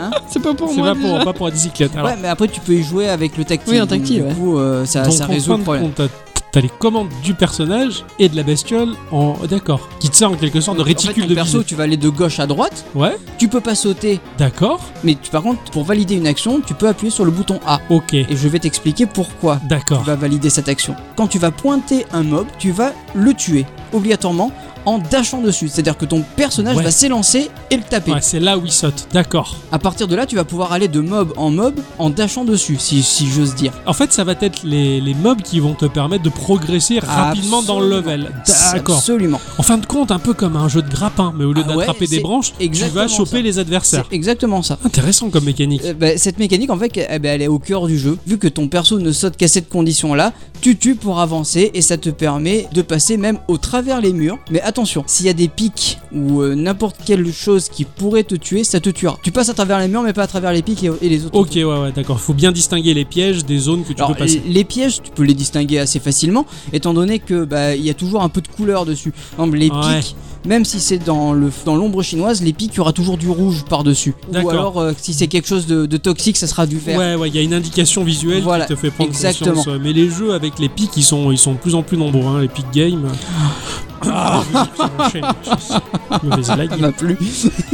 B: Hein
C: Ah. c'est pas pour
A: C'est
C: moi.
A: pas pour,
C: déjà.
A: pas pour la bicyclette. Alors,
B: Ouais, mais après tu peux y jouer avec le tactile.
C: Oui, en
B: donc,
C: tactile, ouais.
B: Du coup, euh, ça,
A: donc,
B: ça
A: en
B: résout
A: fin
B: le
A: de
B: problème.
A: compte, t'as- T'as les commandes du personnage et de la bestiole en. D'accord. Qui te sert en quelque sorte de
B: En fait,
A: réticule
B: ton
A: de
B: perso,
A: visée.
B: tu vas aller de gauche à droite.
A: Ouais,
B: Tu peux pas sauter,
A: d'accord.
B: mais tu- par contre, pour valider une action, tu peux appuyer sur le bouton A.
A: Ok,
B: Et je vais t'expliquer pourquoi tu
A: d'accord.
B: vas valider cette action. Quand tu vas pointer un mob, tu vas le tuer, obligatoirement, en dashant dessus. C'est-à-dire que ton personnage
A: Ouais.
B: va s'élancer et le taper.
A: Ouais, c'est là où il saute, d'accord.
B: À partir de là, tu vas pouvoir aller de mob en mob en dashant dessus, si, si j'ose dire.
A: En fait, ça va être les, les mobs qui vont te permettre de progresser rapidement dans le level. D'accord.
B: Absolument.
A: En fin de compte, un peu comme un jeu de grappin, mais au lieu
B: Ah ouais,
A: d'attraper des
B: c'est
A: branches, tu
B: exactement
A: vas choper
B: ça.
A: les adversaires.
B: C'est exactement ça.
A: Intéressant comme mécanique.
B: Euh, bah, cette mécanique, en fait, eh ben, elle est au cœur du jeu. Vu que ton perso ne saute qu'à cette condition-là, tu tues pour avancer et ça te permet de passer même au travers les murs. Mais attention, s'il y a des pics ou euh, n'importe quelle chose qui pourrait te tuer, ça te tuera. Tu passes à travers les murs, mais pas à travers les pics et, et les autres.
A: Ok, ouais, ouais, d'accord. Faut bien distinguer les pièges des zones que tu
B: Alors,
A: peux passer.
B: l- les pièges, tu peux les distinguer assez facilement, étant donné que bah, il y a toujours un peu de couleur dessus. Par exemple, les
A: Ouais.
B: pics, même si c'est dans le dans l'ombre chinoise, les pics, il y aura toujours du rouge par dessus. Ou
A: D'accord.
B: alors, euh, si c'est quelque chose de, de toxique, ça sera du vert.
A: Ouais, ouais, il y a une indication visuelle
B: Voilà,
A: qui te fait prendre
B: exactement.
A: conscience. Mais les jeux avec les pics, ils sont, ils sont de plus en plus nombreux, hein, les pics game. Ah, putain, mauvaise
B: Ça
A: blague.
B: m'a plu.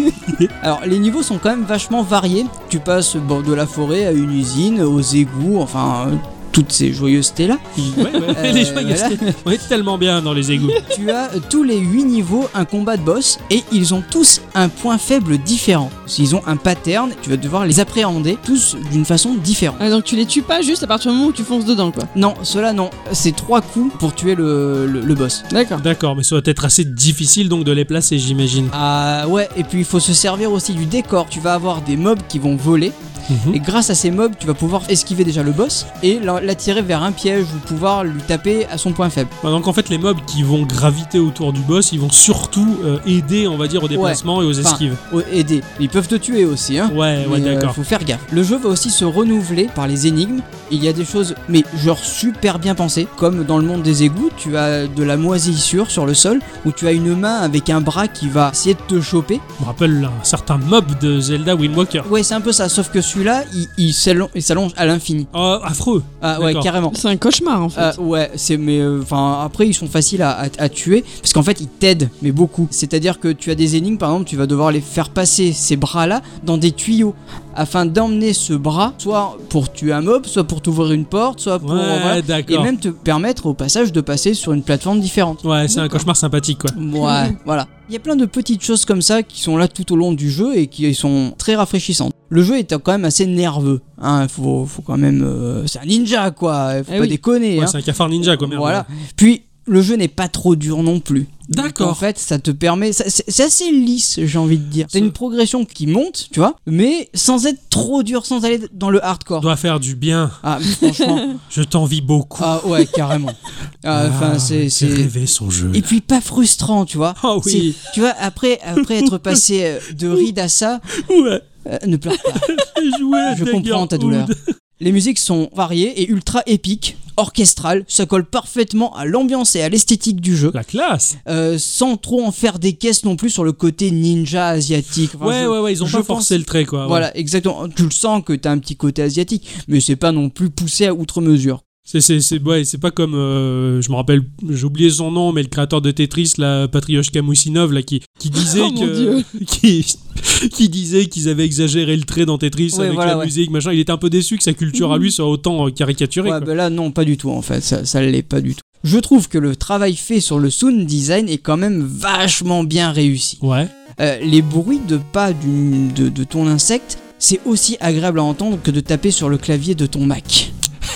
B: Alors, les niveaux sont quand même vachement variés. Tu passes bon, de la forêt à une usine, aux égouts, enfin. euh, toutes ces joyeusetés-là.
A: Ouais, ouais,
B: Euh,
A: les joyeux,
B: voilà.
A: c'est- on est tellement bien dans les égouts.
B: Tu as euh, tous les 8 niveaux un combat de boss et ils ont tous un point faible différent. Ils ont un pattern, tu vas devoir les appréhender tous d'une façon différente.
C: Ah, donc tu les tues pas juste à partir du moment où tu fonces dedans, quoi.
B: Non, cela non. C'est trois coups pour tuer le, le- le boss.
C: D'accord.
A: D'accord, mais ça doit être assez difficile donc de les placer, j'imagine.
B: Ah ouais, et puis il faut se servir aussi du décor. Tu vas avoir des mobs qui vont voler
A: Mhm.
B: Et grâce à ces mobs, tu vas pouvoir esquiver déjà le boss et l'en- l'attirer vers un piège ou pouvoir lui taper à son point faible.
A: Ouais, Bah, Donc en fait, les mobs qui vont graviter autour du boss, ils vont surtout euh, aider, on va dire, au déplacement et aux
B: Enfin,
A: esquives.
B: Au- Oh, Aider. Ils peuvent te tuer aussi, hein.
A: ouais, ouais,
B: Mais, euh,
A: d'accord.
B: faut faire gaffe. Le jeu va aussi se renouveler par les énigmes. Il y a des choses, mais genre super bien pensées. Comme dans le monde des égouts, tu as de la moisissure sur le sol, où tu as une main avec un bras qui va essayer de te choper.
A: Je me rappelle un certain mob de Zelda Wind Walker.
B: Ouais, c'est un peu ça, sauf que celui-là, il, il s'allonge il s'allonge à l'infini.
A: Oh, affreux.
B: Ah ouais,
A: D'accord.
B: carrément.
C: C'est un cauchemar, en fait.
B: Euh, ouais, c'est mais enfin après ils sont faciles à, à- à tuer parce qu'en fait ils t'aident mais beaucoup. C'est-à-dire que tu as des énigmes par exemple, tu vas devoir les faire passer ces bras-là dans des tuyaux afin d'emmener ce bras soit pour tuer un mob, soit pour t'ouvrir une porte, soit pour
A: Ouais,
B: voilà, et
A: d'accord.
B: même te permettre au passage de passer sur une plateforme différente.
A: Ouais, c'est un cauchemar sympathique, quoi.
B: Ouais, voilà. Il y a plein de petites choses comme ça qui sont là tout au long du jeu et qui sont très rafraîchissantes. Le jeu est quand même assez nerveux. Hein, faut, faut quand même. euh, c'est un ninja quoi, faut
C: Eh
B: pas
C: oui.
B: déconner.
A: Ouais,
B: hein.
A: c'est un cafard ninja, quoi. merde.
B: Voilà. Puis le jeu n'est pas trop dur non plus. En
A: D'accord.
B: fait, ça te permet. ça- C'est c'est assez lisse, j'ai envie de dire. C'est une progression qui monte, tu vois, mais sans être trop dur, sans aller dans le hardcore.
A: doit faire du bien.
B: Ah, mais franchement.
A: Je t'envie beaucoup.
B: ah ouais, carrément. Ah, Enfin,
A: Ah,
B: c'est.
A: c'est
B: c'est-
A: rêvé son jeu.
B: Et puis pas frustrant, tu vois.
A: Ah oui.
B: C'est- Tu vois, après, après être passé euh, de ride à ça,
A: Ouais,
B: euh, ne pleure pas.
A: j'ai joué à
B: Je
A: Dagger
B: comprends ta
A: Hood.
B: douleur. Les musiques sont variées et ultra épiques, orchestrales. Ça colle parfaitement à l'ambiance et à l'esthétique du jeu.
A: La classe.
B: Euh, sans trop en faire des caisses non plus sur le côté ninja asiatique. Enfin,
A: ouais,
B: je-
A: ouais, ouais, ils ont
B: je
A: pas forcé
B: pense-
A: le trait, quoi. ouais.
B: Voilà, exactement. Tu le sens que t'as un petit côté asiatique, mais c'est pas non plus poussé à outre mesure.
A: C'est, c'est, c'est, ouais, c'est pas comme, euh, je me rappelle, j'ai oublié son nom, mais le créateur de Tetris, la Patrioshka Moussinov, là, qui, qui disait
C: Oh, mon
A: que, qui, qui disait qu'ils avaient exagéré le trait dans Tetris
B: Ouais,
A: avec
B: voilà,
A: la
B: ouais. Mhm.
A: musique, machin. Il était un peu déçu que sa culture à lui soit autant euh, caricaturée.
B: Ouais,
A: quoi.
B: bah là, non, pas du tout en fait. Ça, ça l'est pas du tout. Je trouve que le travail fait sur le sound design est quand même vachement bien réussi.
A: Ouais.
B: Euh, les bruits de pas du- de, de ton insecte, c'est aussi agréable à entendre que de taper sur le clavier de ton Mac.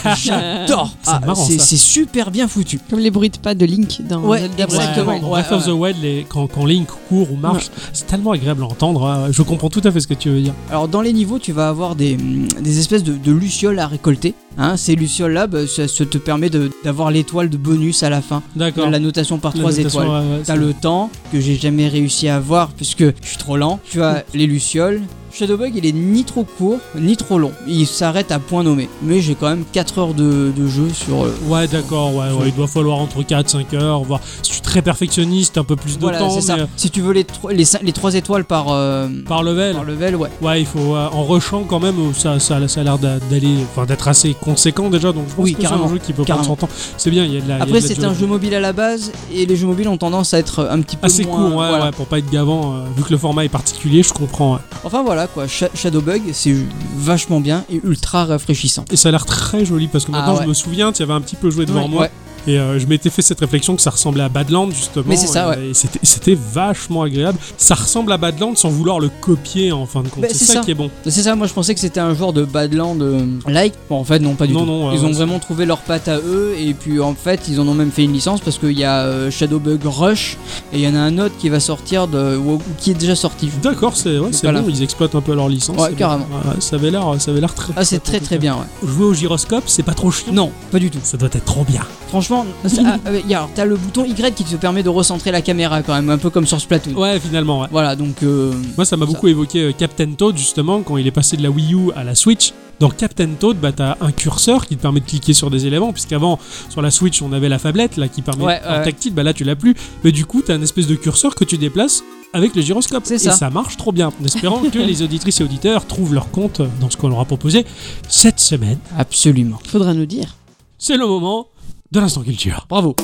C: Euh,
B: J'adore.
A: C'est
B: Ah,
A: marrant,
B: c'est
A: ça.
B: c'est super bien foutu.
C: Comme les bruits de pas de Link dans
B: Ouais,
C: Zelda Breath of the
B: exactement.
C: Wild.
A: Dans
B: Ouais,
A: Breath of the Wild, les- quand, quand Link court ou marche, c'est tellement agréable à entendre. hein. Je comprends tout à fait ce que tu veux dire.
B: Alors dans les niveaux, tu vas avoir des, hum, des espèces de, de lucioles à récolter. Hein, ces lucioles là, ça, ça te permet de- d'avoir l'étoile de bonus à la fin.
A: D'accord.
B: La notation par
A: La
B: trois
A: notation,
B: étoiles.
A: ouais, ouais,
B: T'as
A: c'est-
B: le temps que j'ai jamais réussi à avoir puisque je suis trop lent. Tu as les lucioles. Shadowbug, il est ni trop court ni trop long. Il s'arrête à point nommé. Mais j'ai quand même 4 heures de, de jeu sur. euh,
A: Ouais, d'accord, ouais,
B: Sur-
A: ouais, il doit falloir entre 4 5 heures, voire si tu es très perfectionniste, un peu plus de
B: Voilà,
A: temps
B: c'est ça.
A: mais, euh,
B: Si tu veux les, tro- les, cin- les 3 étoiles par, euh,
A: par level.
B: par level, ouais.
A: Ouais, il faut euh, en rushant quand même, euh, ça ça, ça a l'air d'a- d'aller enfin d'être assez conséquent déjà donc je pense
B: Oui,
A: que c'est un
B: carrément,
A: jeu qui peut
B: carrément.
A: prendre son temps. C'est bien, il y a de la il y a
B: Après,
A: de la
B: c'est
A: durée.
B: un jeu mobile à la base et les jeux mobiles ont tendance à être un petit peu
A: assez
B: moins.
A: court, ouais,
B: voilà.
A: ouais, pour pas être gavant euh, vu que le format est particulier, je comprends. ouais.
B: Enfin voilà quoi, Sha- Shadowbug c'est vachement bien et ultra rafraîchissant.
A: Et ça a l'air très joli parce que
B: Ah,
A: maintenant
B: ouais.
A: je me souviens, tu y avais un petit peu joué devant moi.
B: Ouais.
A: Et euh, je m'étais fait cette réflexion que ça ressemblait à Badland, justement.
B: Mais c'est ça,
A: euh, et c'était- c'était vachement agréable. Ça ressemble à Badland sans vouloir le copier, en fin de compte.
B: Bah,
A: c'est
B: c'est
A: ça,
B: ça.
A: qui est bon.
B: C'est ça, moi je pensais que c'était un genre de Badland euh, like. Bon, en fait, non, pas du
A: Non,
B: tout.
A: non, euh,
B: ils ont
A: ouais.
B: vraiment trouvé leur patte à eux, et puis en fait, ils en ont même fait une licence parce qu'il y a euh, Shadowbug Rush, et il y en a un autre qui va sortir, de, ou, ou qui est déjà sorti.
A: D'accord, c'est ouais,
B: Je suis
A: c'est
B: pas
A: bon,
B: là.
A: ils exploitent un peu leur licence.
B: Ouais,
A: c'est bon.
B: carrément.
A: Ouais, ça avait l'air euh, ça avait l'air très
B: Ah, c'est très très bien, ouais.
A: Jouer au gyroscope, c'est pas trop chiant.
B: Non, pas du tout.
A: Ça doit être trop bien.
B: Franchement, c'est- ah, euh, y a- alors, t'as le bouton Y qui te permet de recentrer la caméra quand même, un peu comme sur Splatoon.
A: Ouais, finalement, ouais.
B: Voilà, donc. euh,
A: Moi, ça m'a
B: Ça.
A: beaucoup évoqué euh, Captain Toad, justement, quand il est passé de la Wii U à la Switch. Dans Captain Toad, bah, t'as un curseur qui te permet de cliquer sur des éléments, puisqu'avant, sur la Switch, on avait la tablette là, qui permet
B: Ouais,
A: en
B: ouais.
A: tactile, bah là, tu l'as plus. Mais du coup, t'as un espèce de curseur que tu déplaces avec le gyroscope.
B: C'est
A: et
B: ça.
A: ça marche trop bien. En espérant que les auditrices et auditeurs trouvent leur compte euh, dans ce qu'on leur a proposé cette semaine.
B: Absolument.
C: Faudra nous dire.
A: C'est le moment de l'instant culture.
B: Bravo.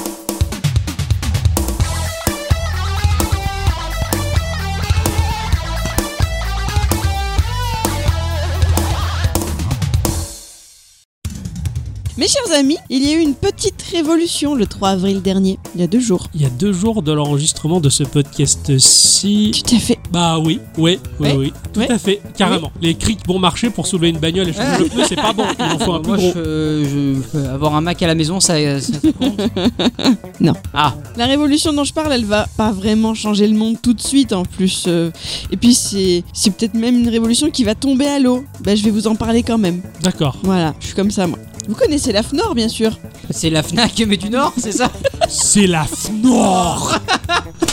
C: Mes chers amis, il y a eu une petite révolution le 3 avril dernier, il y a deux jours.
A: Il y a deux jours de l'enregistrement de ce podcast-ci.
C: Tout à fait.
A: Bah oui, oui, oui,
C: Ouais.
A: oui, tout
C: Ouais.
A: à fait, carrément. Les crics bon marché pour soulever une bagnole et changer
B: Ah.
A: le pneu, c'est pas bon. Il en faut un plus
B: Moi,
A: gros.
B: je, euh, je- euh, avoir un Mac à la maison, ça, ça- ça compte.
C: Non.
B: Ah,
C: La révolution dont je parle, elle va pas vraiment changer le monde tout de suite en plus. euh, Et puis c'est c'est peut-être même une révolution qui va tomber à l'eau. Bah, je vais vous en parler quand même.
A: D'accord,
C: Voilà, je suis comme ça moi. Vous connaissez la FNOR bien sûr.
B: c'est la Fnac mais du Nord, c'est ça
A: c'est la FNOR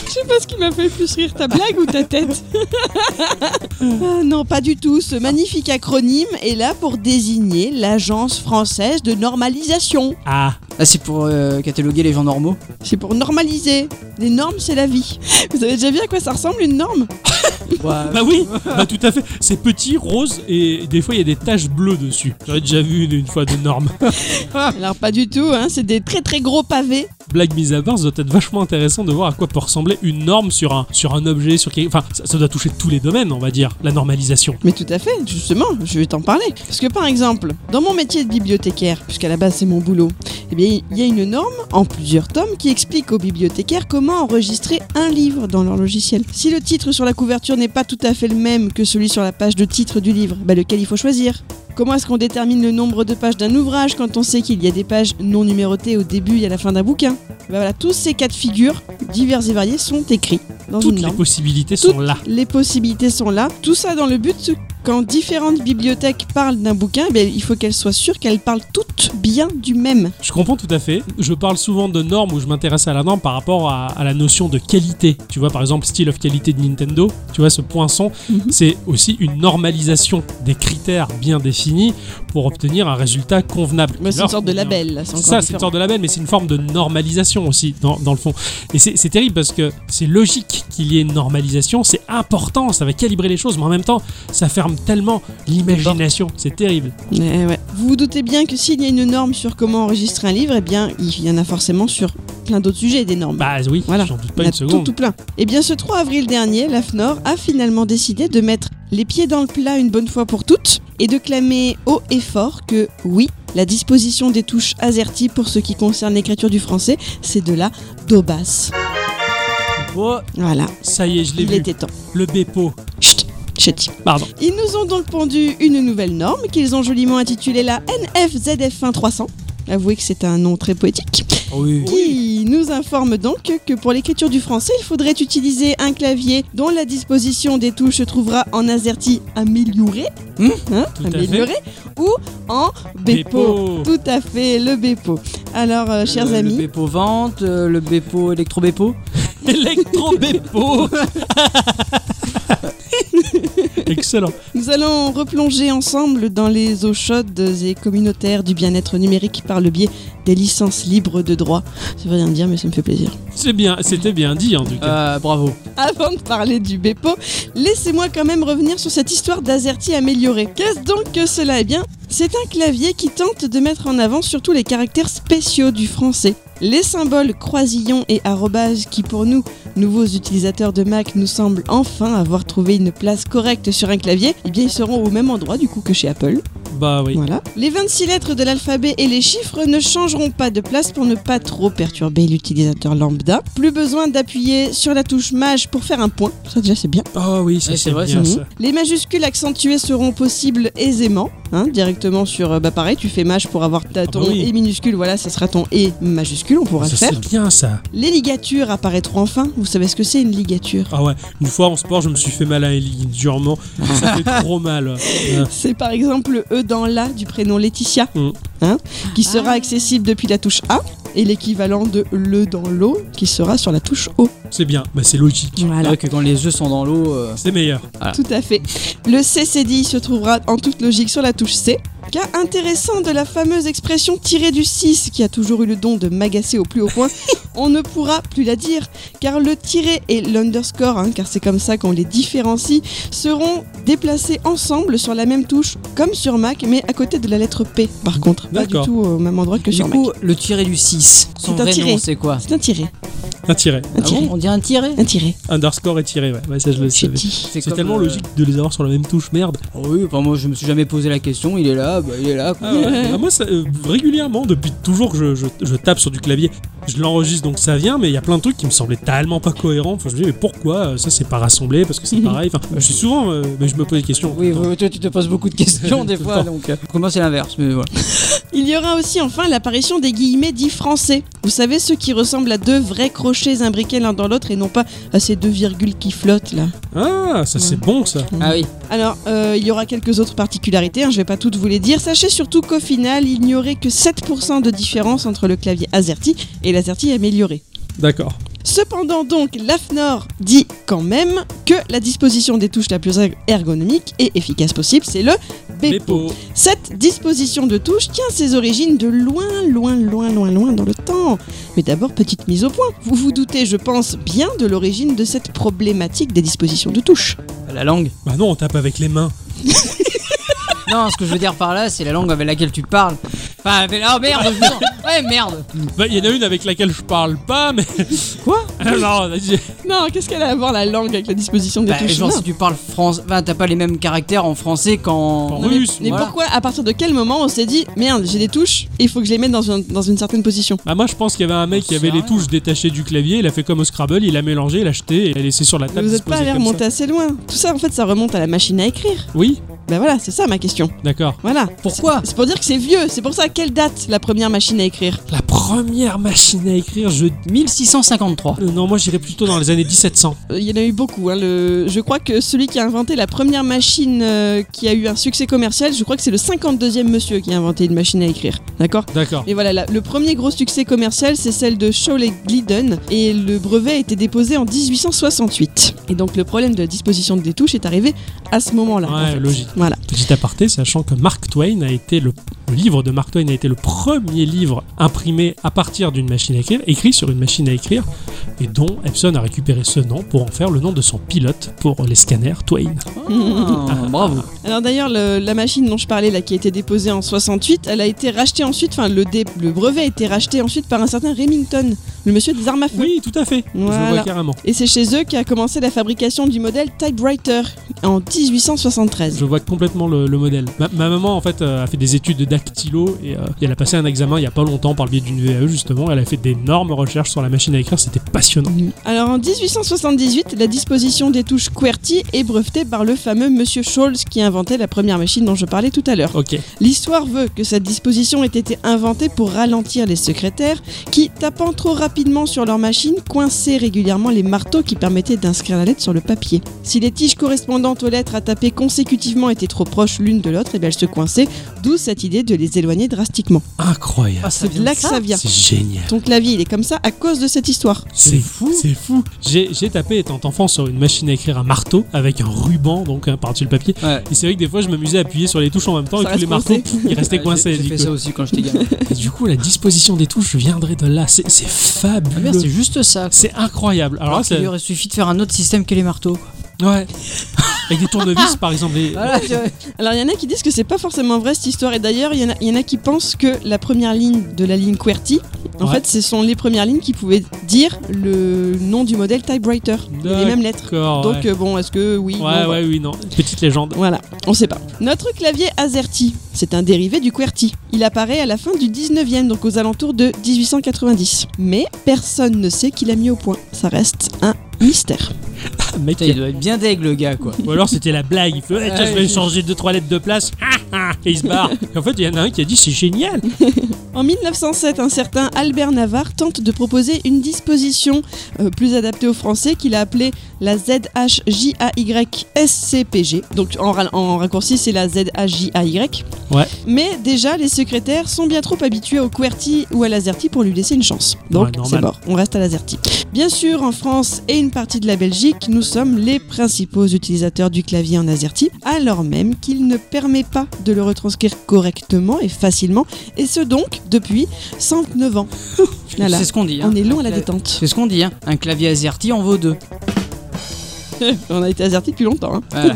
C: Je sais pas ce qui m'a fait plus rire, ta blague ou ta tête Ah Non, pas du tout. Ce magnifique acronyme est là pour désigner l'Agence française de normalisation.
A: Ah,
B: Ah, c'est pour euh, cataloguer les gens normaux.
C: C'est pour normaliser. Les normes, c'est la vie. Vous savez déjà vu à quoi ça ressemble une norme
A: bah oui, bah tout à fait. C'est petit, rose et des fois il y a des taches bleues dessus. J'avais déjà vu une, une fois de normes.
C: Alors pas du tout, hein, c'est des très très gros pavés.
A: Blague mise à part, ça doit être vachement intéressant de voir à quoi peut ressembler une norme sur un, sur un objet, sur quelque... Enfin, ça, ça doit toucher tous les domaines, on va dire, la normalisation.
C: Mais tout à fait, justement, je vais t'en parler. Parce que par exemple, dans mon métier de bibliothécaire, puisqu'à la base c'est mon boulot, eh bien il y a une norme en plusieurs tomes qui explique aux bibliothécaires comment enregistrer un livre dans leur logiciel. Si le titre sur la couverture n'est pas tout à fait le même que celui sur la page de titre du livre, bah, lequel il faut choisir Comment est-ce qu'on détermine le nombre de pages d'un ouvrage quand on sait qu'il y a des pages non numérotées au début et à la fin d'un bouquin Bah, Voilà, tous ces cas de figure divers et variés sont écrits dans
A: Toutes
C: une
A: les
C: norme.
A: possibilités
C: Toutes
A: sont là.
C: Les possibilités sont là. Tout ça dans le but quand différentes bibliothèques parlent d'un bouquin, eh bien, il faut qu'elles soient sûres qu'elles parlent toutes bien du même.
A: Je comprends tout à fait. Je parle souvent de normes où je m'intéresse à la norme par rapport à, à la notion de qualité. Tu vois, par exemple, style of qualité de Nintendo, tu vois, ce poinçon,
C: Mhm.
A: c'est aussi une normalisation des critères bien définis pour obtenir un résultat convenable.
C: Mais c'est une
A: Leur
C: sorte de
A: convenable.
C: label. Là, c'est encore
A: Ça, c'est une
C: différent.
A: sorte de label, mais c'est une forme de normalisation aussi, dans, dans le fond. Et c'est c'est terrible parce que c'est logique qu'il y ait une normalisation, c'est important, ça va calibrer les choses, mais en même temps, ça ferme tellement l'imagination. C'est terrible.
C: Ouais, ouais. Vous vous doutez bien que s'il y a une norme sur comment enregistrer un livre, eh bien, il y en a forcément sur plein d'autres sujets des normes.
A: Bah oui,
C: Voilà.
A: j'en doute
C: Il
A: pas
C: y en a
A: une
C: tout,
A: seconde.
C: tout plein. Eh bien, ce 3 avril dernier, la FNOR a finalement décidé de mettre les pieds dans le plat une bonne fois pour toutes et de clamer haut et fort que oui, la disposition des touches AZERTY pour ce qui concerne l'écriture du français, c'est de la daubasse.
A: Oh,
C: Voilà,
A: ça y est, je l'ai
C: il
A: vu.
C: était temps.
A: Le Bepo.
C: Chut, chut.
A: Pardon.
C: Ils nous ont donc pondu une nouvelle norme qu'ils ont joliment intitulée la NFZF1 300. Avouez que c'est un nom très poétique.
B: Oui.
C: qui nous informe donc que pour l'écriture du français, il faudrait utiliser un clavier dont la disposition des touches se trouvera en AZERTY amélioré,
B: Hmm,
C: hein,
A: tout à fait.
C: amélioré ou en BEPO. Tout à fait, le BEPO. Alors, euh, chers
B: Le-
C: amis,
B: Le Bepo Vente, euh, le Bepo Electro-Bepo.
A: Electro Bepo. Excellent.
C: nous allons replonger ensemble dans les eaux chaudes et communautaires du bien-être numérique par le biais des licences libres de droit. Ça veut rien dire, mais ça me fait plaisir.
A: C'est bien, c'était bien dit en tout cas.
B: Euh, bravo.
C: Avant de parler du Bepo, laissez-moi quand même revenir sur cette histoire d'Azerty amélioré. Qu'est-ce donc que cela Eh bien, c'est un clavier qui tente de mettre en avant surtout les caractères spéciaux du français. Les symboles croisillons et arrobages qui pour nous, nouveaux utilisateurs de Mac, nous semblent enfin avoir trouvé une place correcte sur un clavier, eh bien ils seront au même endroit du coup que chez Apple.
B: Euh,
A: Bah oui.
C: Voilà. Les 26 lettres de l'alphabet et les chiffres ne changeront pas de place pour ne pas trop perturber l'utilisateur lambda. Plus besoin d'appuyer sur la touche maj pour faire un point. Ça déjà c'est bien.
A: Oh oui, ça,
B: Ouais, c'est
A: c'est
B: vrai,
A: bien,
C: Mhm.
A: ça.
C: Les majuscules accentuées seront possibles aisément, hein, directement sur. euh, Bah pareil, tu fais maj pour avoir ta,
A: bah
C: ton
A: oui. Ah,
C: et minuscule. Voilà, ça sera ton et majuscule. On pourra
A: Ça,
C: le faire.
A: c'est bien ça.
C: Les ligatures apparaîtront enfin. Vous savez ce que c'est une ligature
A: Ah ouais, une fois en sport, je me suis fait mal à la ligne, durement. Ça fait trop mal. Euh,
C: C'est par exemple le E dans la du prénom Laetitia,
A: Mm.
C: hein, qui sera
D: Ah.
C: accessible depuis la touche A, et l'équivalent de le dans l'eau, qui sera sur la touche O.
A: c'est bien, bah c'est logique.
B: C'est
C: Voilà.
B: vrai que quand les œufs sont dans l'eau. euh,
A: C'est meilleur.
C: Tout à fait. Le CCDI se trouvera en toute logique sur la touche C. Cas intéressant de la fameuse expression tirée du 6 qui a toujours eu le don de m'agacer au plus haut point, on ne pourra plus la dire car le tiré et l'underscore, hein, car c'est comme ça qu'on les différencie, seront déplacés ensemble sur la même touche comme sur Mac mais à côté de la lettre P par contre, pas du
A: D'accord.
C: tout au même endroit que
B: Du
C: sur
B: coup,
C: Mac.
B: le tiré du 6, son
C: C'est un
B: vrai
C: tiré.
B: nom, c'est quoi
C: C'est un tiré,
A: Un tiret.
C: un
B: Ah
C: tiré,
B: bon, On dit un tiré
C: un tiré.
A: Underscore et tiret, ouais. ouais ça, je le
C: J'ai
A: savais.
C: dit.
A: C'est
B: comme,
A: tellement
B: euh, Ah
A: logique de les avoir sur la même touche, merde.
B: Oui, enfin, moi je me suis jamais posé la question, il est là, bah, il est là. quoi.
A: Ah ouais. Ah, moi, ça, euh, régulièrement, depuis toujours que je, je- je tape sur du clavier, je l'enregistre donc ça vient, mais il y a plein de trucs qui me semblaient tellement pas cohérents. Enfin, je me dis, mais pourquoi euh, ça c'est pas rassemblé Parce que c'est pareil. Enfin, je suis souvent, euh, mais je me pose des questions.
B: Oui, oui, toi tu te poses beaucoup de questions des
A: Tout le
B: fois,
A: temps.
B: donc. euh, Pour moi c'est l'inverse, mais voilà.
C: Il y aura aussi enfin l'apparition des guillemets dits français. Vous savez, ceux qui ressemblent à deux vrais crochets imbriqués l'un dans l'autre et non pas à ces deux virgules qui flottent là.
A: Ah, ça c'est bon ça.
B: Ah oui,
C: Alors, euh, il y aura quelques autres particularités, hein, je vais pas toutes vous les dire. Sachez surtout qu'au final, il n'y aurait que 7% de différence entre le clavier AZERTY et l'AZERTY amélioré.
A: D'accord.
C: Cependant donc, l'AFNOR dit quand même que la disposition des touches la plus er-, ergonomique et efficace possible, c'est le BEPO.
A: Bepo.
C: Cette disposition de touche tient ses origines de loin, loin, loin, loin, loin dans le temps. Mais d'abord, petite mise au point. Vous vous doutez, je pense, bien de l'origine de cette problématique des dispositions de touche.
B: la langue.
A: Bah non, on tape avec les mains.
B: Non, ce que je veux dire par là, c'est la langue avec laquelle tu parles. Enfin, avec... ah merde, je vous en- Ouais, merde.
A: Bah, il y en a une avec laquelle je parle pas, mais.
B: Quoi
A: Non, vas-y.
C: Non, qu'est-ce qu'elle a à voir la langue avec la disposition des
B: Bah,
C: touches
B: genre
C: Non.
B: si tu parles français, enfin, t'as pas les mêmes caractères en français
A: En
B: qu'en.
C: Non, mais-
A: russe,
C: mais
B: voilà.
C: pourquoi, à partir de quel moment on s'est dit merde, j'ai des touches et il faut que je les mette dans, un- dans une certaine position
A: Bah, moi je pense qu'il y avait un mec
B: On
A: qui avait
B: sait
A: les
B: rien.
A: touches détachées du clavier, il a fait comme au Scrabble, il a mélangé, il a jeté, il a laissé sur la table.
C: Vous n'êtes pas
A: disposé
C: allé
A: comme ça.
C: remonter assez loin. Tout ça, en fait, ça remonte à la machine à écrire.
A: Oui,
C: Bah voilà, c'est ça ma question.
A: d'accord.
C: Voilà.
B: Pourquoi
C: C'est pour dire que c'est vieux. C'est pour ça, quelle date la première machine à écrire
A: La première machine à écrire, je.
B: 1653.
A: Euh, Non, moi j'irais plutôt dans les années 1700.
C: Euh, Il y en a eu beaucoup. hein. Le- Je crois que celui qui a inventé la première machine euh, qui a eu un succès commercial, je crois que c'est le 52e monsieur qui a inventé une machine à écrire. D'accord
A: D'accord.
C: Mais voilà, la- le premier gros succès commercial, c'est celle de Shaw et Glidden, et le brevet a été déposé en 1868. Et donc le problème de la disposition des touches est arrivé à ce moment-là.
A: Ouais,
C: en fait.
A: logique.
C: Voilà.
A: Petit aparté, sachant que Mark Twain a été le, le livre de Mark Twain a été le premier livre imprimé à partir d'une machine à écrire, écrit sur une machine à écrire, et dont Epson a récupéré ce nom pour en faire le nom de son pilote pour les scanners Twain.
B: Ah, bravo.
C: Alors d'ailleurs, le- la machine dont je parlais, là, qui a été déposée en 68, elle a été rachetée ensuite, enfin le, dé- le brevet a été racheté ensuite par un certain Remington, le monsieur des armes à feu.
A: Oui, tout à fait. Je le
C: Voilà.
A: vois carrément.
C: Et c'est chez eux qu'a commencé la fabrication du modèle typewriter en 1873.
A: Je vois complètement le, le modèle. Ma, ma maman, en fait, euh, a fait des études de dactylo et euh, elle a passé un examen il n'y a pas longtemps par le biais d'une VAE, justement. Elle a fait d'énormes recherches sur la machine à écrire, c'était passionnant.
C: Alors en 1878, la disposition des touches QWERTY est brevetée par le fameux monsieur Scholz qui inventait la première machine dont je parlais tout à l'heure.
A: Ok.
C: L'histoire veut que cette disposition ait été inventée pour ralentir les secrétaires qui, tapant trop rapidement sur leur machine, coinçaient régulièrement les marteaux qui permettaient d'inscrire la lettre sur le papier. Si les tiges correspondantes aux lettres à taper consécutivement étaient trop proches l'une de l'autre, eh bien, elles se coinçaient, d'où cette idée de les éloigner drastiquement.
A: Incroyable.
B: Ah, ça
C: C'est
B: vient
C: de là
B: de
C: que
B: ça
C: ça vient.
A: C'est génial.
C: Ton clavier, il est comme ça à cause de cette histoire.
A: C'est fou. C'est fou. J'ai j'ai tapé, étant enfant, sur une machine à écrire à marteau avec un ruban, donc hein, par-dessus le papier.
B: Ouais.
A: Et c'est vrai que des fois, je m'amusais à appuyer sur les touches en même temps
C: Ça
A: et tous les
C: reste
A: marteaux,
C: coincé.
A: pouf, ils restaient
B: Ouais,
A: coincés.
B: J'ai j'ai
A: du
B: fait
A: coup.
B: ça aussi quand j'étais gamin.
A: Et du coup, la disposition des touches viendrait de là. C'est c'est
B: Ah, merde,
A: fabuleux.
B: c'est juste ça.
A: C'est incroyable. Alors,
B: Alors,
A: là,
B: qu'il
A: c'est-
B: aurait suffi de faire un autre système que les marteaux. quoi.
A: Ouais. Avec des tournevis, par exemple. des-
B: Voilà, tu vois.
C: Alors il y en a qui disent que c'est pas forcément vrai cette histoire et d'ailleurs il y en a- il y, en a qui pensent que la première ligne de la ligne QWERTY, en
A: Ouais.
C: fait ce sont les premières lignes qui pouvaient dire le nom du modèle typewriter, les mêmes lettres.
A: D'accord,
C: Donc
A: ouais.
C: euh, bon, est-ce que oui non,
A: ouais,
C: voilà.
A: ouais, oui, non. Petite légende.
C: Voilà, on sait pas. Notre clavier AZERTY, c'est un dérivé du QWERTY. Il apparaît à la fin du 19e, donc aux alentours de 1890. Mais personne ne sait qui l'a mis au point. Ça reste un mystère.
A: Mec,
B: Putain, il doit être bien deg le gars quoi.
A: Ou alors c'était la blague, il fait Ouais, tiens, je vais changer deux trois lettres de place, Ah, ah et il se barre. Et en fait, il y en a un qui a dit c'est génial.
C: En 1907, un certain Albert Navarre tente de proposer une disposition euh, plus adaptée aux Français qu'il a appelée la ZHJAYSCPG. Donc en, ra- en raccourci, c'est la ZHJAY.
A: Ouais.
C: Mais déjà, les secrétaires sont bien trop habitués au QWERTY ou à l'AZERTY pour lui laisser une chance. Donc
A: Ouais, normal.
C: c'est mort, on reste à l'AZERTY. Bien sûr, en France et une partie de la Belgique, nous sommes les principaux utilisateurs du clavier en AZERTY, alors même qu'il ne permet pas de le retranscrire correctement et facilement, et ce donc depuis 109 ans. Voilà.
B: C'est ce qu'on dit. hein.
C: On est long à la
B: Un cla-
C: détente.
B: C'est ce qu'on dit. Hein. Un clavier AZERTY en vaut deux.
C: On a été AZERTY depuis longtemps. hein.
B: Voilà.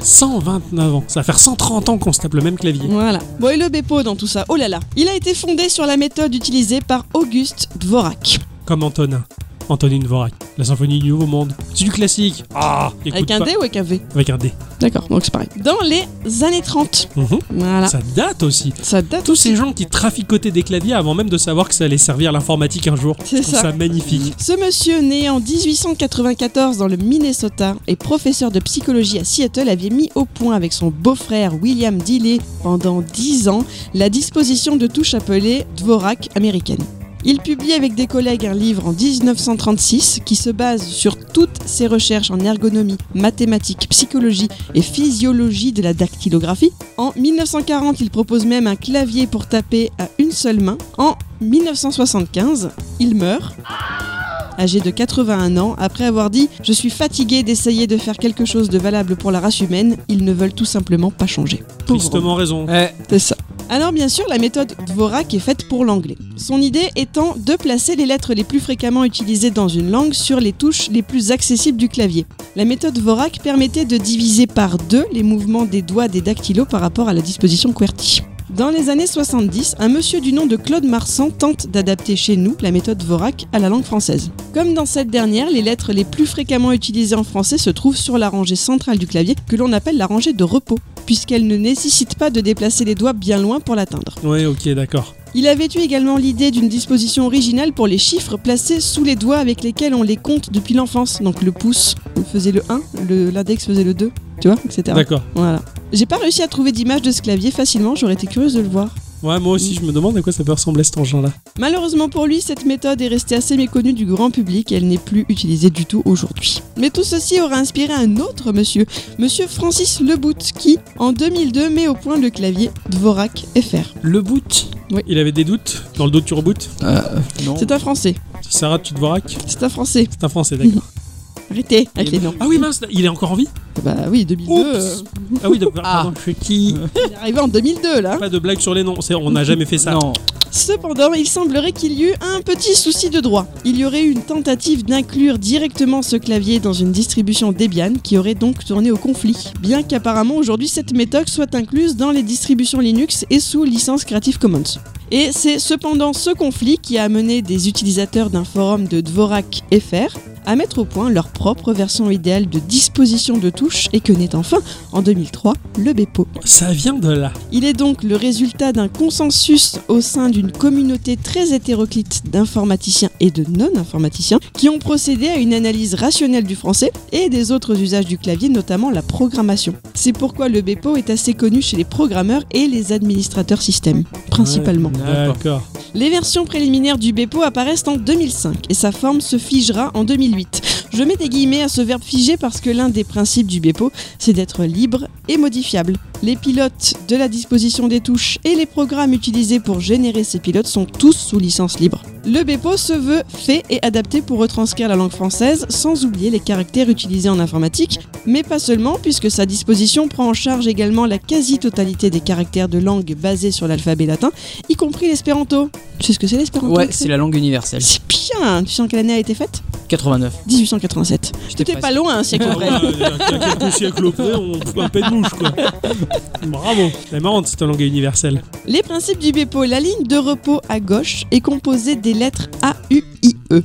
A: 129 ans, ça va faire 130 ans qu'on se tape le même clavier.
C: Voilà. Bon, et le Bepo dans tout ça, oh là là. Il a été fondé sur la méthode utilisée par Auguste Dvorak.
A: Comme Antonin. Antonine Vorak, la symphonie du Nouveau Monde. C'est du classique. Ah, écoute
C: Avec un
A: pas-
C: D ou avec un V
A: Avec un D.
C: D'accord, donc c'est pareil. Dans les années 30.
A: Mhm.
C: Voilà.
A: Ça date aussi.
C: Ça date
A: Tous ces gens qui traficotaient des claviers avant même de savoir que ça allait servir l'informatique un jour.
C: C'est
A: Je trouve
C: ça.
A: magnifique.
C: Ce monsieur, né en 1894 dans le Minnesota et professeur de psychologie à Seattle, avait mis au point avec son beau-frère William Dilley pendant 10 ans la disposition de touches appelée Dvorak américaine. Il publie avec des collègues un livre en 1936 qui se base sur toutes ses recherches en ergonomie, mathématiques, psychologie et physiologie de la dactylographie. En 1940, il propose même un clavier pour taper à une seule main. En 1975, il meurt âgé de 81 ans, après avoir dit « Je suis fatigué d'essayer de faire quelque chose de valable pour la race humaine, ils ne veulent tout simplement pas changer. » Pauvre homme.
A: Tristement raison.
B: Ouais.
C: C'est ça. Alors bien sûr, la méthode Dvorak est faite pour l'anglais. Son idée étant de placer les lettres les plus fréquemment utilisées dans une langue sur les touches les plus accessibles du clavier. La méthode Dvorak permettait de diviser par deux les mouvements des doigts des dactylos par rapport à la disposition QWERTY. Dans les années 70, un monsieur du nom de Claude Marsan tente d'adapter chez nous la méthode Dvorak à la langue française. Comme dans cette dernière, les lettres les plus fréquemment utilisées en français se trouvent sur la rangée centrale du clavier que l'on appelle la rangée de repos puisqu'elle ne nécessite pas de déplacer les doigts bien loin pour l'atteindre.
A: Ouais, ok, d'accord.
C: Il avait eu également l'idée d'une disposition originale pour les chiffres placés sous les doigts avec lesquels on les compte depuis l'enfance. Donc le pouce faisait le 1, le- l'index faisait le 2, tu vois, etc.
A: D'accord.
C: Voilà. J'ai pas réussi à trouver d'image de ce clavier facilement, j'aurais été curieuse de le voir.
A: Ouais, moi aussi, je me demande à quoi ça peut ressembler cet engin-là.
C: Malheureusement pour lui, cette méthode est restée assez méconnue du grand public et elle n'est plus utilisée du tout aujourd'hui. Mais tout ceci aura inspiré un autre monsieur, monsieur Francis Lebout, qui, en 2002, met au point le clavier Dvorak FR.
B: Le boot.
A: Il avait des doutes dans le dos turboot.
B: Non.
C: C'est un français.
A: Sarah, tu te vorak
C: C'est un français.
A: C'est un français, d'accord.
C: Arrêtez avec les noms.
A: Ah oui, mince, il est encore en vie
C: Bah oui, 2002. euh,
A: Oups. Ah oui, d'accord,
B: Ah.
A: pardon, je suis qui
C: il est arrivé en 2002 là.
A: Pas de blague sur les noms, c'est- on n'a jamais fait ça.
B: Non.
C: Cependant, il semblerait qu'il y eut un petit souci de droit. Il y aurait eu une tentative d'inclure directement ce clavier dans une distribution Debian qui aurait donc tourné au conflit. Bien qu'apparemment aujourd'hui cette méthode soit incluse dans les distributions Linux et sous licence Creative Commons. Et c'est cependant ce conflit qui a amené des utilisateurs d'un forum de Dvorak FR à mettre au point leur propre version idéale de disposition de touche et que naît enfin, en 2003, le BEPO.
A: Ça vient de là.
C: Il est donc le résultat d'un consensus au sein d'une communauté très hétéroclite d'informaticiens et de non-informaticiens qui ont procédé à une analyse rationnelle du français et des autres usages du clavier, notamment la programmation. C'est pourquoi le BEPO est assez connu chez les programmeurs et les administrateurs système, principalement.
B: D'accord.
A: D'accord.
C: Les versions préliminaires du Bepo apparaissent en 2005 et sa forme se figera en 2008. Je mets des guillemets à ce verbe figé parce que l'un des principes du Bepo, c'est d'être libre et modifiable. Les pilotes de la disposition des touches et les programmes utilisés pour générer ces pilotes sont tous sous licence libre. Le Bepo se veut fait et adapté pour retranscrire la langue française sans oublier les caractères utilisés en informatique, mais pas seulement puisque sa disposition prend en charge également la quasi-totalité des caractères de langue basés sur l'alphabet latin, y compris l'espéranto. Tu sais ce que c'est l'espéranto
B: Ouais,
C: Axel
B: c'est la langue universelle.
C: C'est bien Tu sais en quelle année a été faite
B: 89.
C: 1887.
B: J'étais
C: T'es
B: presque.
C: pas loin hein, un siècle
A: Ah,
C: près.
A: quelques siècles près, on fout un peu de mouche, quoi. Bravo. C'est marrant, cette langue universelle.
C: Les principes du Bepo, la ligne de repos à gauche est composée des lettres A, U, I, E.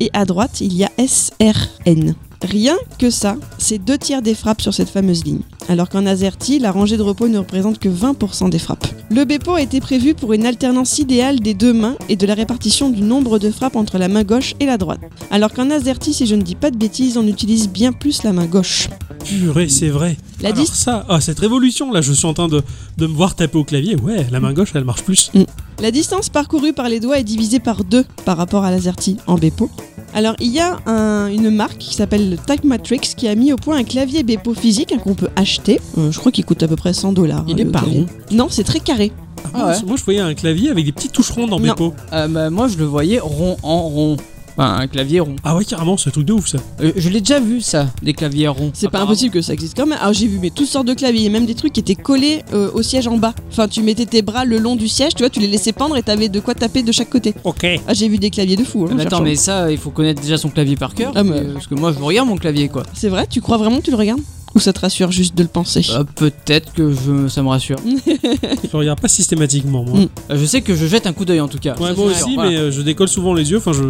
C: Et à droite, il y a S, R, N. Rien que ça, c'est deux tiers des frappes sur cette fameuse ligne. Alors qu'en Azerty, la rangée de repos ne représente que 20% des frappes. Le Bepo a été prévu pour une alternance idéale des deux mains et de la répartition du nombre de frappes entre la main gauche et la droite. Alors qu'en Azerty, si je ne dis pas de bêtises, on utilise bien plus la main gauche.
A: Purée, c'est vrai.
C: La
A: Alors
C: dis-
A: ça, ah, cette révolution, là, je suis en train de, de me voir taper au clavier. Ouais, la main gauche, elle marche plus.
C: La distance parcourue par les doigts est divisée par deux par rapport à l'Azerty en Bepo. Alors il y a un- une marque qui s'appelle Tacmatrix qui a mis au point un clavier Bepo physique hein, qu'on peut acheter. Euh, je crois qu'il coûte à peu près 100 dollars. euh,
B: Il est pas rond.
C: Non, c'est très carré.
A: Ah,
B: Ah ouais.
A: Moi, je voyais un clavier avec des petites touches rondes en
C: Non.
A: bépo.
B: Euh, bah, moi, je le voyais rond en rond. Enfin, un clavier rond.
A: Ah ouais, carrément, c'est un truc de ouf, ça.
B: Euh, je l'ai déjà vu, ça, des claviers ronds.
C: C'est pas impossible que ça existe quand même. Alors j'ai vu mais toutes sortes de claviers, même des trucs qui étaient collés euh, au siège en bas. Enfin tu mettais tes bras le long du siège, tu vois, tu les laissais pendre et t'avais de quoi taper de chaque côté.
A: Ok.
C: Ah j'ai vu des claviers de fou. hein,
B: Ah, mais attends,
C: cherchant.
B: mais ça, il faut connaître déjà son clavier par cœur.
C: Ah, mais-
B: euh, Parce que moi, je regarde mon clavier, quoi.
C: C'est vrai Tu crois vraiment que tu le regardes Ou ça te rassure juste de le penser
B: Euh, Peut-être que je... ça me rassure.
A: Je regarde pas systématiquement, moi.
C: Mm.
B: Euh, je sais que je jette un coup d'œil, en tout cas.
A: Ouais,
B: Ça,
A: moi
B: c'est sûr,
A: aussi,
B: voilà.
A: mais euh, je décolle souvent les yeux. Enfin, je